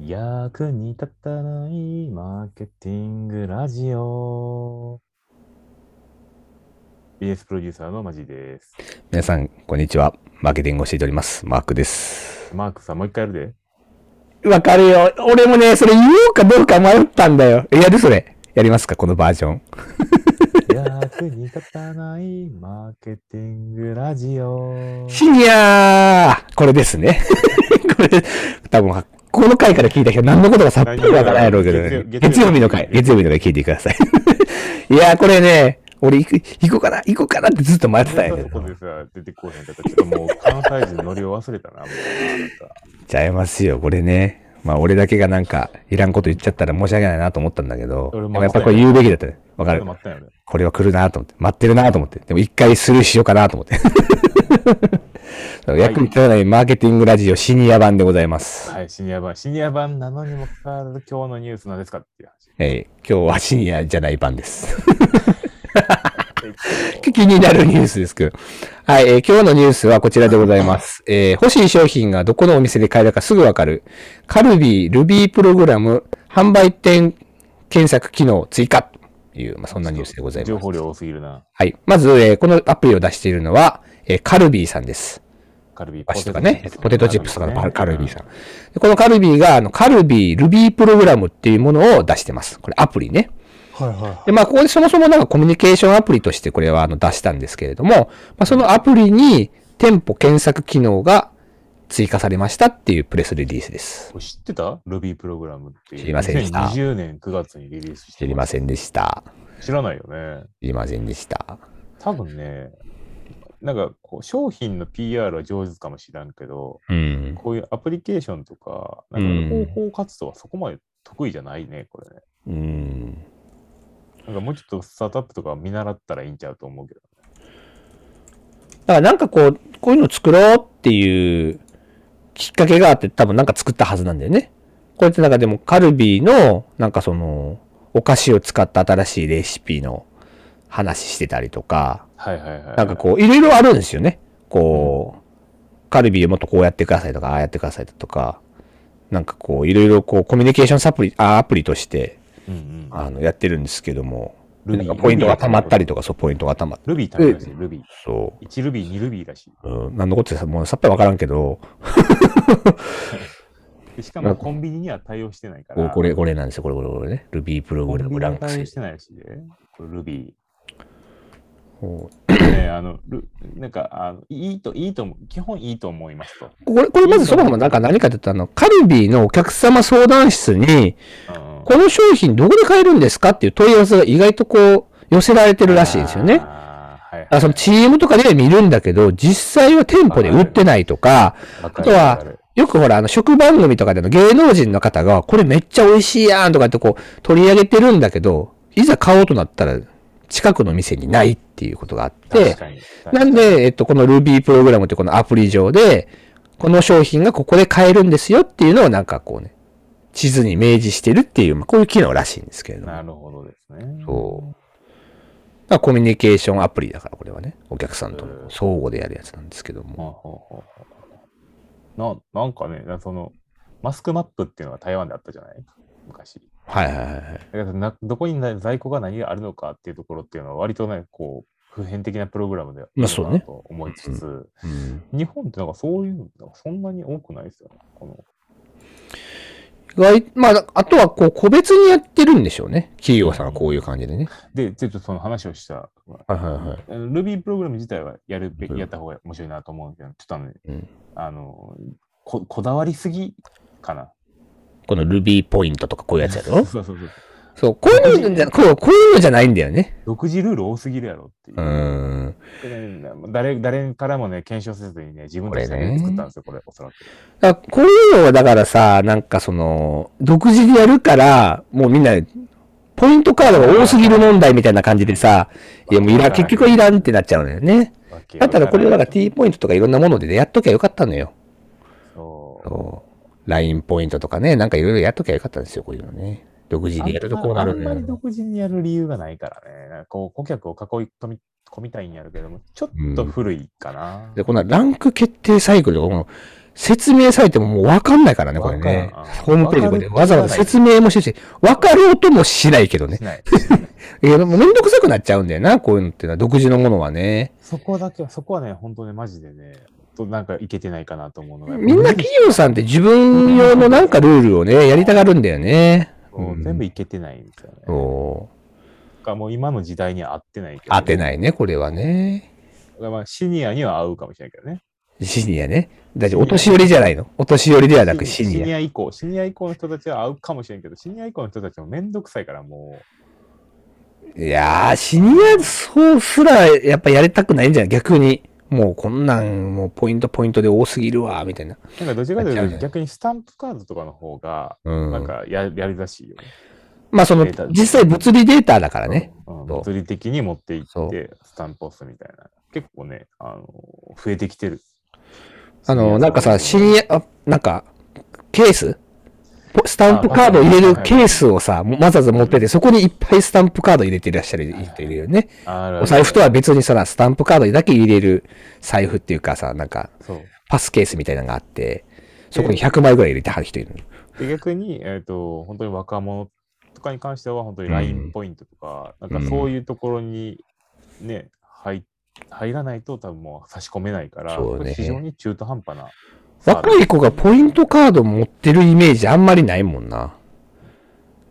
役に立たないマーケティングラジオ。BS プロデューサーのマジです。皆さん、こんにちは。マーケティングを教えております。マークです。マークさん、もう一回やるで。わかるよ。俺もね、それ言おうかどうか迷ったんだよ。えやるそれ。やりますかこのバージョン。役に立たないマーケティングラジ オ。シニアーこれですね。 これ、多分、この回から聞いた人何のことかさっぱりわからないやろうけど、ね、月曜月曜日の回、月曜日の回聞いてください。 いやー、これね、俺行く、行こうかな、行こうかなってずっと迷ってたんやけそこどで。さ、出てこうへんかった。ちょっともう関西人のりを忘れたな、もう。ちゃいますよ、これね。まあ、俺だけがなんか、いらんこと言っちゃったら申し訳ないなと思ったんだけど、で俺ももやっぱこれ言うべきだったね。わかちょっると。待ったんやろ。これは来るなと思って、待ってるなと思って、でも一回スルーしようかなと思って。 役に立たないマーケティングラジオシニア版でございます。はい、シニア版。シニア版なのにもかかわらず、今日のニュースなんですかっていうえー今日はシニアじゃない版です。話。気になるニュースですけど。はい、えー今日のニュースはこちらでございます。えー欲しい商品がどこのお店で買えるかすぐわかる。カルビー、ルビープログラム、販売店検索機能追加という、まあ、そんなニュースでございます。情報量多すぎるな。はい。まず、えーこのアプリを出しているのは、えーカルビーさんです。カルビーお菓子とかね、ポテトチップスとかのカルビーさん。ん。でこのカルビーが、あの、カルビー、ルビープログラムっていうものを出してます。これアプリね。はいはで、まあ、ここでそもそもなんかコミュニケーションアプリとしてこれはあの出したんですけれども、まあ、そのアプリに店舗検索機能が追加されましたっていうプレスリリースです。これ知ってたルビープログラムっていう。知りませんでした2020年9月にリリースして知りませんでした。知らないよね。知りませんでした。多分ね、なんかこう商品の PR は上手かもしらんけど、うん。こういうアプリケーションとか、なうんかん広報活動はそこまで得意じゃないね、これね。うん。なんかもうちょっとスタートアップとか見習ったらいいんちゃうと思うけど。だからなんかこう、こういうの作ろうっていうきっかけがあって多分なんか作ったはずなんだよね。これってなんかでもカルビーのなんかそのお菓子を使った新しいレシピの話してたりとか、はいはいはい。なんかこういろいろあるんですよね。こう、カルビーをもっとこうやってくださいとか、ああやってくださいとか、なんかこういろいろこうコミュニケーションサプリ、あアプリとしてうんうん、あのやってるんですけども、ルなんかポイントが溜まったり。りとか、そうポイントが溜まって、ルビー貯めるらしい、ルビー。そう。 1ルビー、2ルビーらしい。うん、何のことってもうさっぱりわからんけど、でしかもコンビニには対応してないから。ここれ、これなんですよ、これ、これ、これね。Ruby プロコグンビラニムにラはンク対応しス。てないらしいで。これルビー。こね、あの、ルなんか、あのいいと、いいと思う、基本いいと思いますと。れ、これまずそもそもなんか何かというと、あの、カルビーのお客様相談室に、うんうんこの商品どこで買えるんですかっていう問い合わせが意外とこう、寄せられてるらしいんですよね。あーはい、あその CM とかで見るんだけど、実際は店舗で売ってないとか、ああとは、よくほら、あの、食番組とかでの芸能人の方が、これめっちゃ美味しいやんとかってこう、取り上げてるんだけど、いざ買おうとなったら、近くの店にないっていうことがあって確、かに、確かなにんで、えっと、この Ruby プログラムってこのアプリ上で、この商品がここで買えるんですよっていうのをなんかこうね、地図に明示してるっていう、まあ、こういう機能らしいんですけれども。なるほどですね。そう。まあ、コミュニケーションアプリだから、これはね。お客さんとうんの相互でやるやつなんですけどほも。うほうほうほうななんかね、なその、マスクマップっていうのが台湾であったじゃない昔。はいはいはいはい。だからなどこにな在庫が何があるのかっていうところっていうのは割とね、こう、普遍的なプログラムであるまのあそうかねなと思いつつ、うん日本ってなんかそういうのがそんなに多くないですよね。この意外、まあ、あとはこう、個別にやってるんでしょうね。企業さんはこういう感じでね。で、ちょっとその話をしたはいはいはい。あの Ruby プログラム自体はやるべうき、んやった方が面白いなと思うんですけど、ちょっとあのね、うんあのこ、こだわりすぎかな。この Ruby ポイントとかこういうやつやろそうそうそう。そう、こういうのじゃ、こうこういうのじゃないんだよね。独自ルール多すぎるやろっていうう。ん。でね誰誰からもね、検証せずにね、自分たちで作ったんですよ、これ、おそらく。だからこういうのはだからさ、なんかその、独自でやるから、もうみんな、ポイントカードが多すぎる問題みたいな感じでさ、いやもういらん、結局いらんってなっちゃうのよね。わけだわったらこれをなんか T ポイントとかいろんなものでやっときゃよかったのよ。そうそう。LINE ポイントとかね、なんかいろいろやっときゃよかったんですよ、こういうのね。独自でやるとこうなるあんのまあんまりよ。独自にやる理由がないからね、なんかこう顧客を囲い込み込みたいんやるけども、ちょっと古いかな。で、このランク決定サイクルとかも、説明されてももうわかんないからね、これねわからん。ホームページとかでわかるわざわざ説明もしてるし、わかろうともしないけどねし。ない。いや、でもめんどくさくなっちゃうんだよな、こういうのっていうのは、独自のものはね。そこだけは、そこはね、本当ね、マジでね、ほんとなんかいけてないかなと思うのが、みんな企業さんって自分用のなんかルールをね、やりたがるんだよね。そう全部いけてないんですよね。おかもう今の時代には合ってないけど、当てい。ないね、これはね。まあ、シニアには合うかもしれないけどね。シニアね。だってお年寄りじゃないの。お年寄りではなくシニア。以降、シニア以降の人たちは合うかもしれんけど、シニア以降の人たちもめんどくさいから、もいやー、シニアそうすらやっぱやりたくないんじゃない逆に。もうこんなん、もうポイントポイントで多すぎるわ、みたいな。う、なんかどちらかとやっいうちゃうねと逆にスタンプカードとかの方が、うんなんかややりらしいよね。まあそのデータ、実際物理データだからね。うんそう物理的に持っていそって、スタンプ押すみたいな。結構ね、あの増えてきてる。あの、なんかさ、シアニア、あなんか、ケースポスタンプカードを入れるケースをさ、もうわざわざ持ってて、そこにいっぱいスタンプカード入れていらっしゃる人いるよね。あるあるお財布とは別にさ、スタンプカードだけ入れる財布っていうかさ、なんか、そう。パスケースみたいなのがあって、そこに100枚ぐらい入れてはる人いるの。で逆に、えっと本当に若者とかに関しては本当にうん LINE ポイントとか、なんかそういうところにね、入入らないと多分もう差し込めないから、そうね非常に中途半端なサービス。若い子がポイントカード持ってるイメージあんまりないもんな。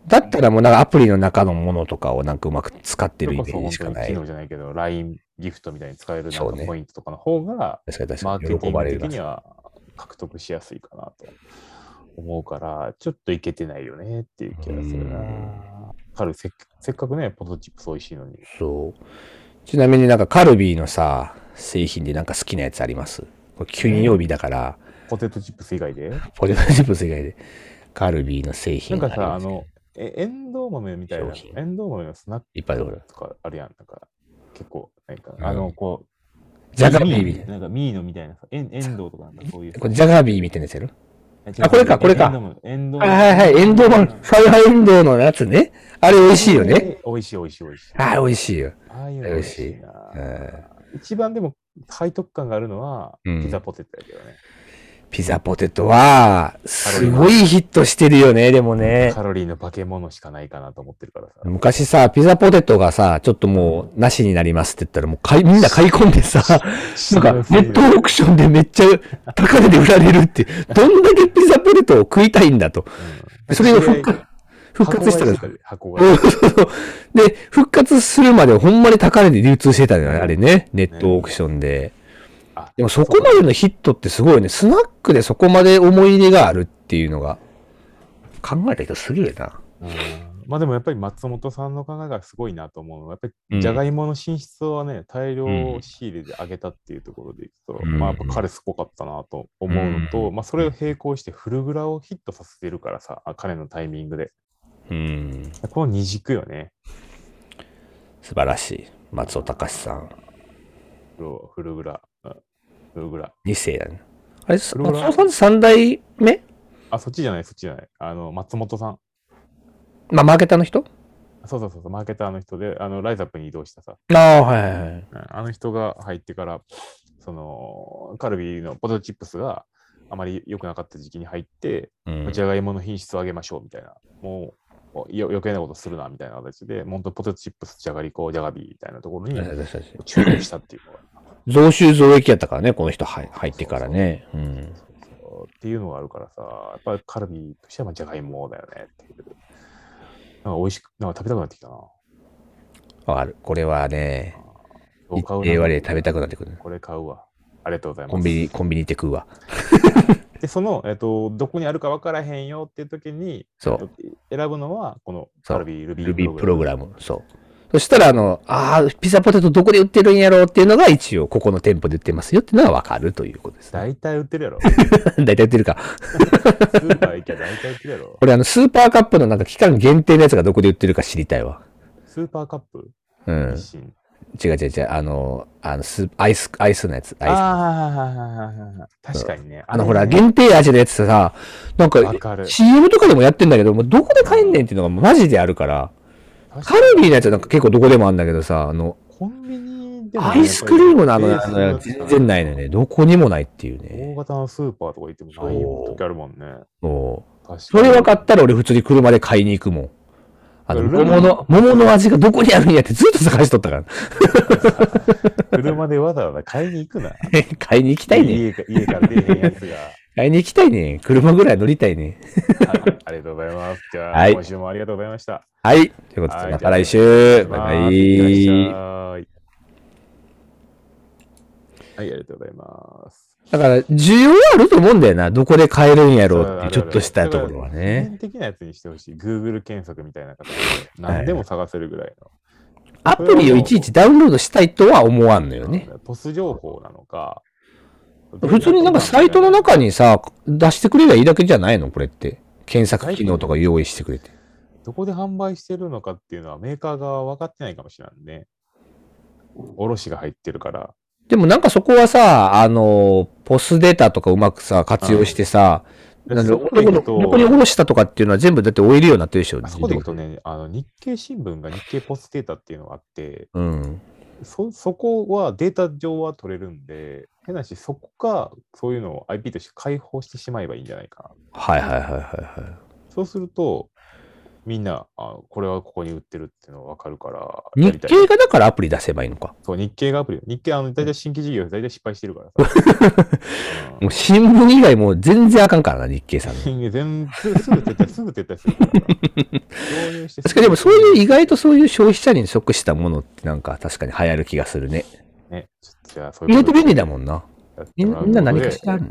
だったらもうなんかアプリの中のものとかをなんかうまく使ってるイメージしそれかなこそ本当に機い。能じゃないけど、LINE ギフトみたいに使えるなんそうかねポイントとかの方が、確かにマーケ確かテに。喜ばれィングる的にな。は獲得しやすいかなと思うから、ちょっといけてないよねっていう気がするなうん。カルせっせっかくね、ポテトチップス美味しいのに。そう。ちなみになんかカルビーのさ、製品でなんか好きなやつありますこれ金曜日だから、ポテトチップス以外でポテトチップス以外で。カルビーの製な品んがかりさ、あますけどの、え、エンドウ豆みたい商な、品エンドウ豆のスナックいっぱいある。とかあるやん、なんか、結構、なんか、うんあの、こう、ジャガビーみミたいーなんかミーノみたいなさ、エンエンドウとかなんかそういうな。。これジャガビーみたいなやつやろ違うあこれかこれかエンドウ豆エンドウはい豆はいはい、エンドウマン、ファイハエンドウのやつね。あれ美味しいよね。。美味しい美味しい美味しい。ああ、美味しいよ。ああいうの美味しい美味なうん一番でも背徳感があるのは、うんピザポテトやけどね。ピザポテトは、すごいヒットしてるよね、でもね。カロリーの化け物しかないかなと思ってるからさ。昔さ、ピザポテトがさ、ちょっともう、なしになりますって言ったら、もう買い、みんな買い込んでさ、なんか、ネットオークションでめっちゃ高値で売られるって、どんだけピザポテトを食いたいんだと。うんそれが復活、復活したら箱買いて箱う買いんそうそうで、復活するまでほんまに高値で流通してたのよね、あれね。ネットオークションで。あでもそこまでのヒットってすごいよね。スナックでそこまで思い入れがあるっていうのが。考えた人すげえな。うんまあでもやっぱり松本さんの考えがすごいなと思うのは、やっぱうんりじゃがいもの進出はね、大量うん仕入れで上げたっていうところでいくと、うんまあやっぱ彼すごかったなと思うのと、うまあそれを並行してフルグラをヒットさせてるからさ、あ彼のタイミングで。うん。この二軸よね、素晴らしい。松尾隆さん。フルフルグラ。うんフルグラ。 2世だね。あれ、松ローラー尾さん三代目あ、そっちじゃない、そっちじゃない。あの、松本さん。まあ、マーケターの人そうそうそうそう、マーケターの人で、あの、ライザップに移動したさ、ああ、はいはいはい。うんあの人が入ってから、その、カルビーのポテトチップスがあまり良くなかった時期に入って、うんじゃがいもの品質を上げましょうみたいな、もうおよ余計なことするなみたいな形で、本当ポテトチップス、じゃがりこ、じゃがビーみたいなところに注入したっていうのが。増収増益やったからね、この人入入ってからね。うん。そうそうっていうのがあるからさ、やっぱりカルビーとしてはじゃがいもだよねっていう。なんか美味しく、なんか食べたくなってきたな。わかる。これはね、今日買うなえ割で食べたくなってくる。これ買うわ。ありがとうございます。コンビニ、コンビニ行って食うわ。で、その、えっと、どこにあるか分からへんよっていう時に、そう。選ぶのは、このそカうルビー、ルビルビーープログラム。そう。そしたら、あの、ああ、ピザポテトどこで売ってるんやろうっていうのが一応、ここの店舗で売ってますよっていうのはわかるということです ね。大体売ってるやろ。ス大体売ってるか。ーパー行きゃ大体売ってるやろ。これあの、スーパーカップのなんか期間限定のやつがどこで売ってるか知りたいわ。スーパーカップ、うん。日清違う違う違う。あの、あのスー、アイス、アイスのやつ。アイス。あああ、確かにね。の、ほら、ゲ限定味のやつさ、なんか、わかる。 CM とかでもやってんだけど、もうどこで買えんねんっていうのがマジであるから、カルビーのやつはなんか結構どこでもあんだけどさ、あの、コンビニでもねアイスクリームのあの、やっあぱりの全然ないのよね。。どこにもないっていうね。大型のスーパーとか行ってもないよそう時あるもんね。もう、確かに。それ分かったら俺普通に車で買いに行くもん。あの、ルル桃の、桃の味がどこにあるんやってずっと探しとったから。 車でわざわざ買いに行くな。買いに行きたいねん。家か家から出へんやつ が。買いに行きたいねん。車ぐらい乗りたいねん。はいありがとうございます。じゃはあ、い今週もありがとうございました。はい。ということはで、いまた来週。バイまバあいってらっしゃいイ。はい、ありがとうございます。だから、需要あると思うんだよな。どこで買えるんやろうっあるあるて、ちょっとしたところは普ね。遍的なやつにしてほしい。Google 検索みたいな形で何でも探せるぐらいの。アプリをいちいちダウンロードしたいとは思わんのよね。ポス情報なのか。普通になんかサイトの中にさ、出してくれりゃいいだけじゃないのこれって。検索機能とか用意してくれて。どこで販売してるのかっていうのはメーカー側は分かってないかもしれないね。卸が入ってるから。でもなんかそこはさ、あの、ポスデータとかうまくさ、活用してさ、なんでそどここで行どくこどとこに下ろしたとかっていうのは全部だって追えるようになってるでしょ。あそこで行くとね、あの日経新聞が日経ポストデータっていうのがあって、うん。そそこはデータ上は取れるんで、変なし、そこがそういうのを IP として解放してしまえばいいんじゃないかな。はいはいはいはいはそうすると、みんな、あこれはここに売ってるっていうのが分かるから、い。や日りたい経がだからアプリ出せばいいのか。そう日経がアプリ、日経、あの大体新規事業、大体失敗してるから さ。うもう新聞以外もう全然あかんからな、日経さんの。ん、全すぐすぐ撤退、すぐ撤退するからさ。導入して 確かにでもそういう意外とそういう消費者に即したものってなんか確かに流行る気がするね。ね、ちょっとじゃあそう意いう外こと便利だもんな。やってみもらうとんな何かしらある。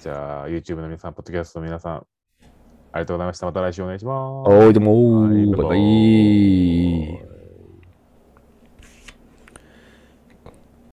じゃあ、YouTube の皆さん、ポッドキャストの皆さん、ありがとうございました。また来週お願いします。おいでも、はいおー、バイバイ。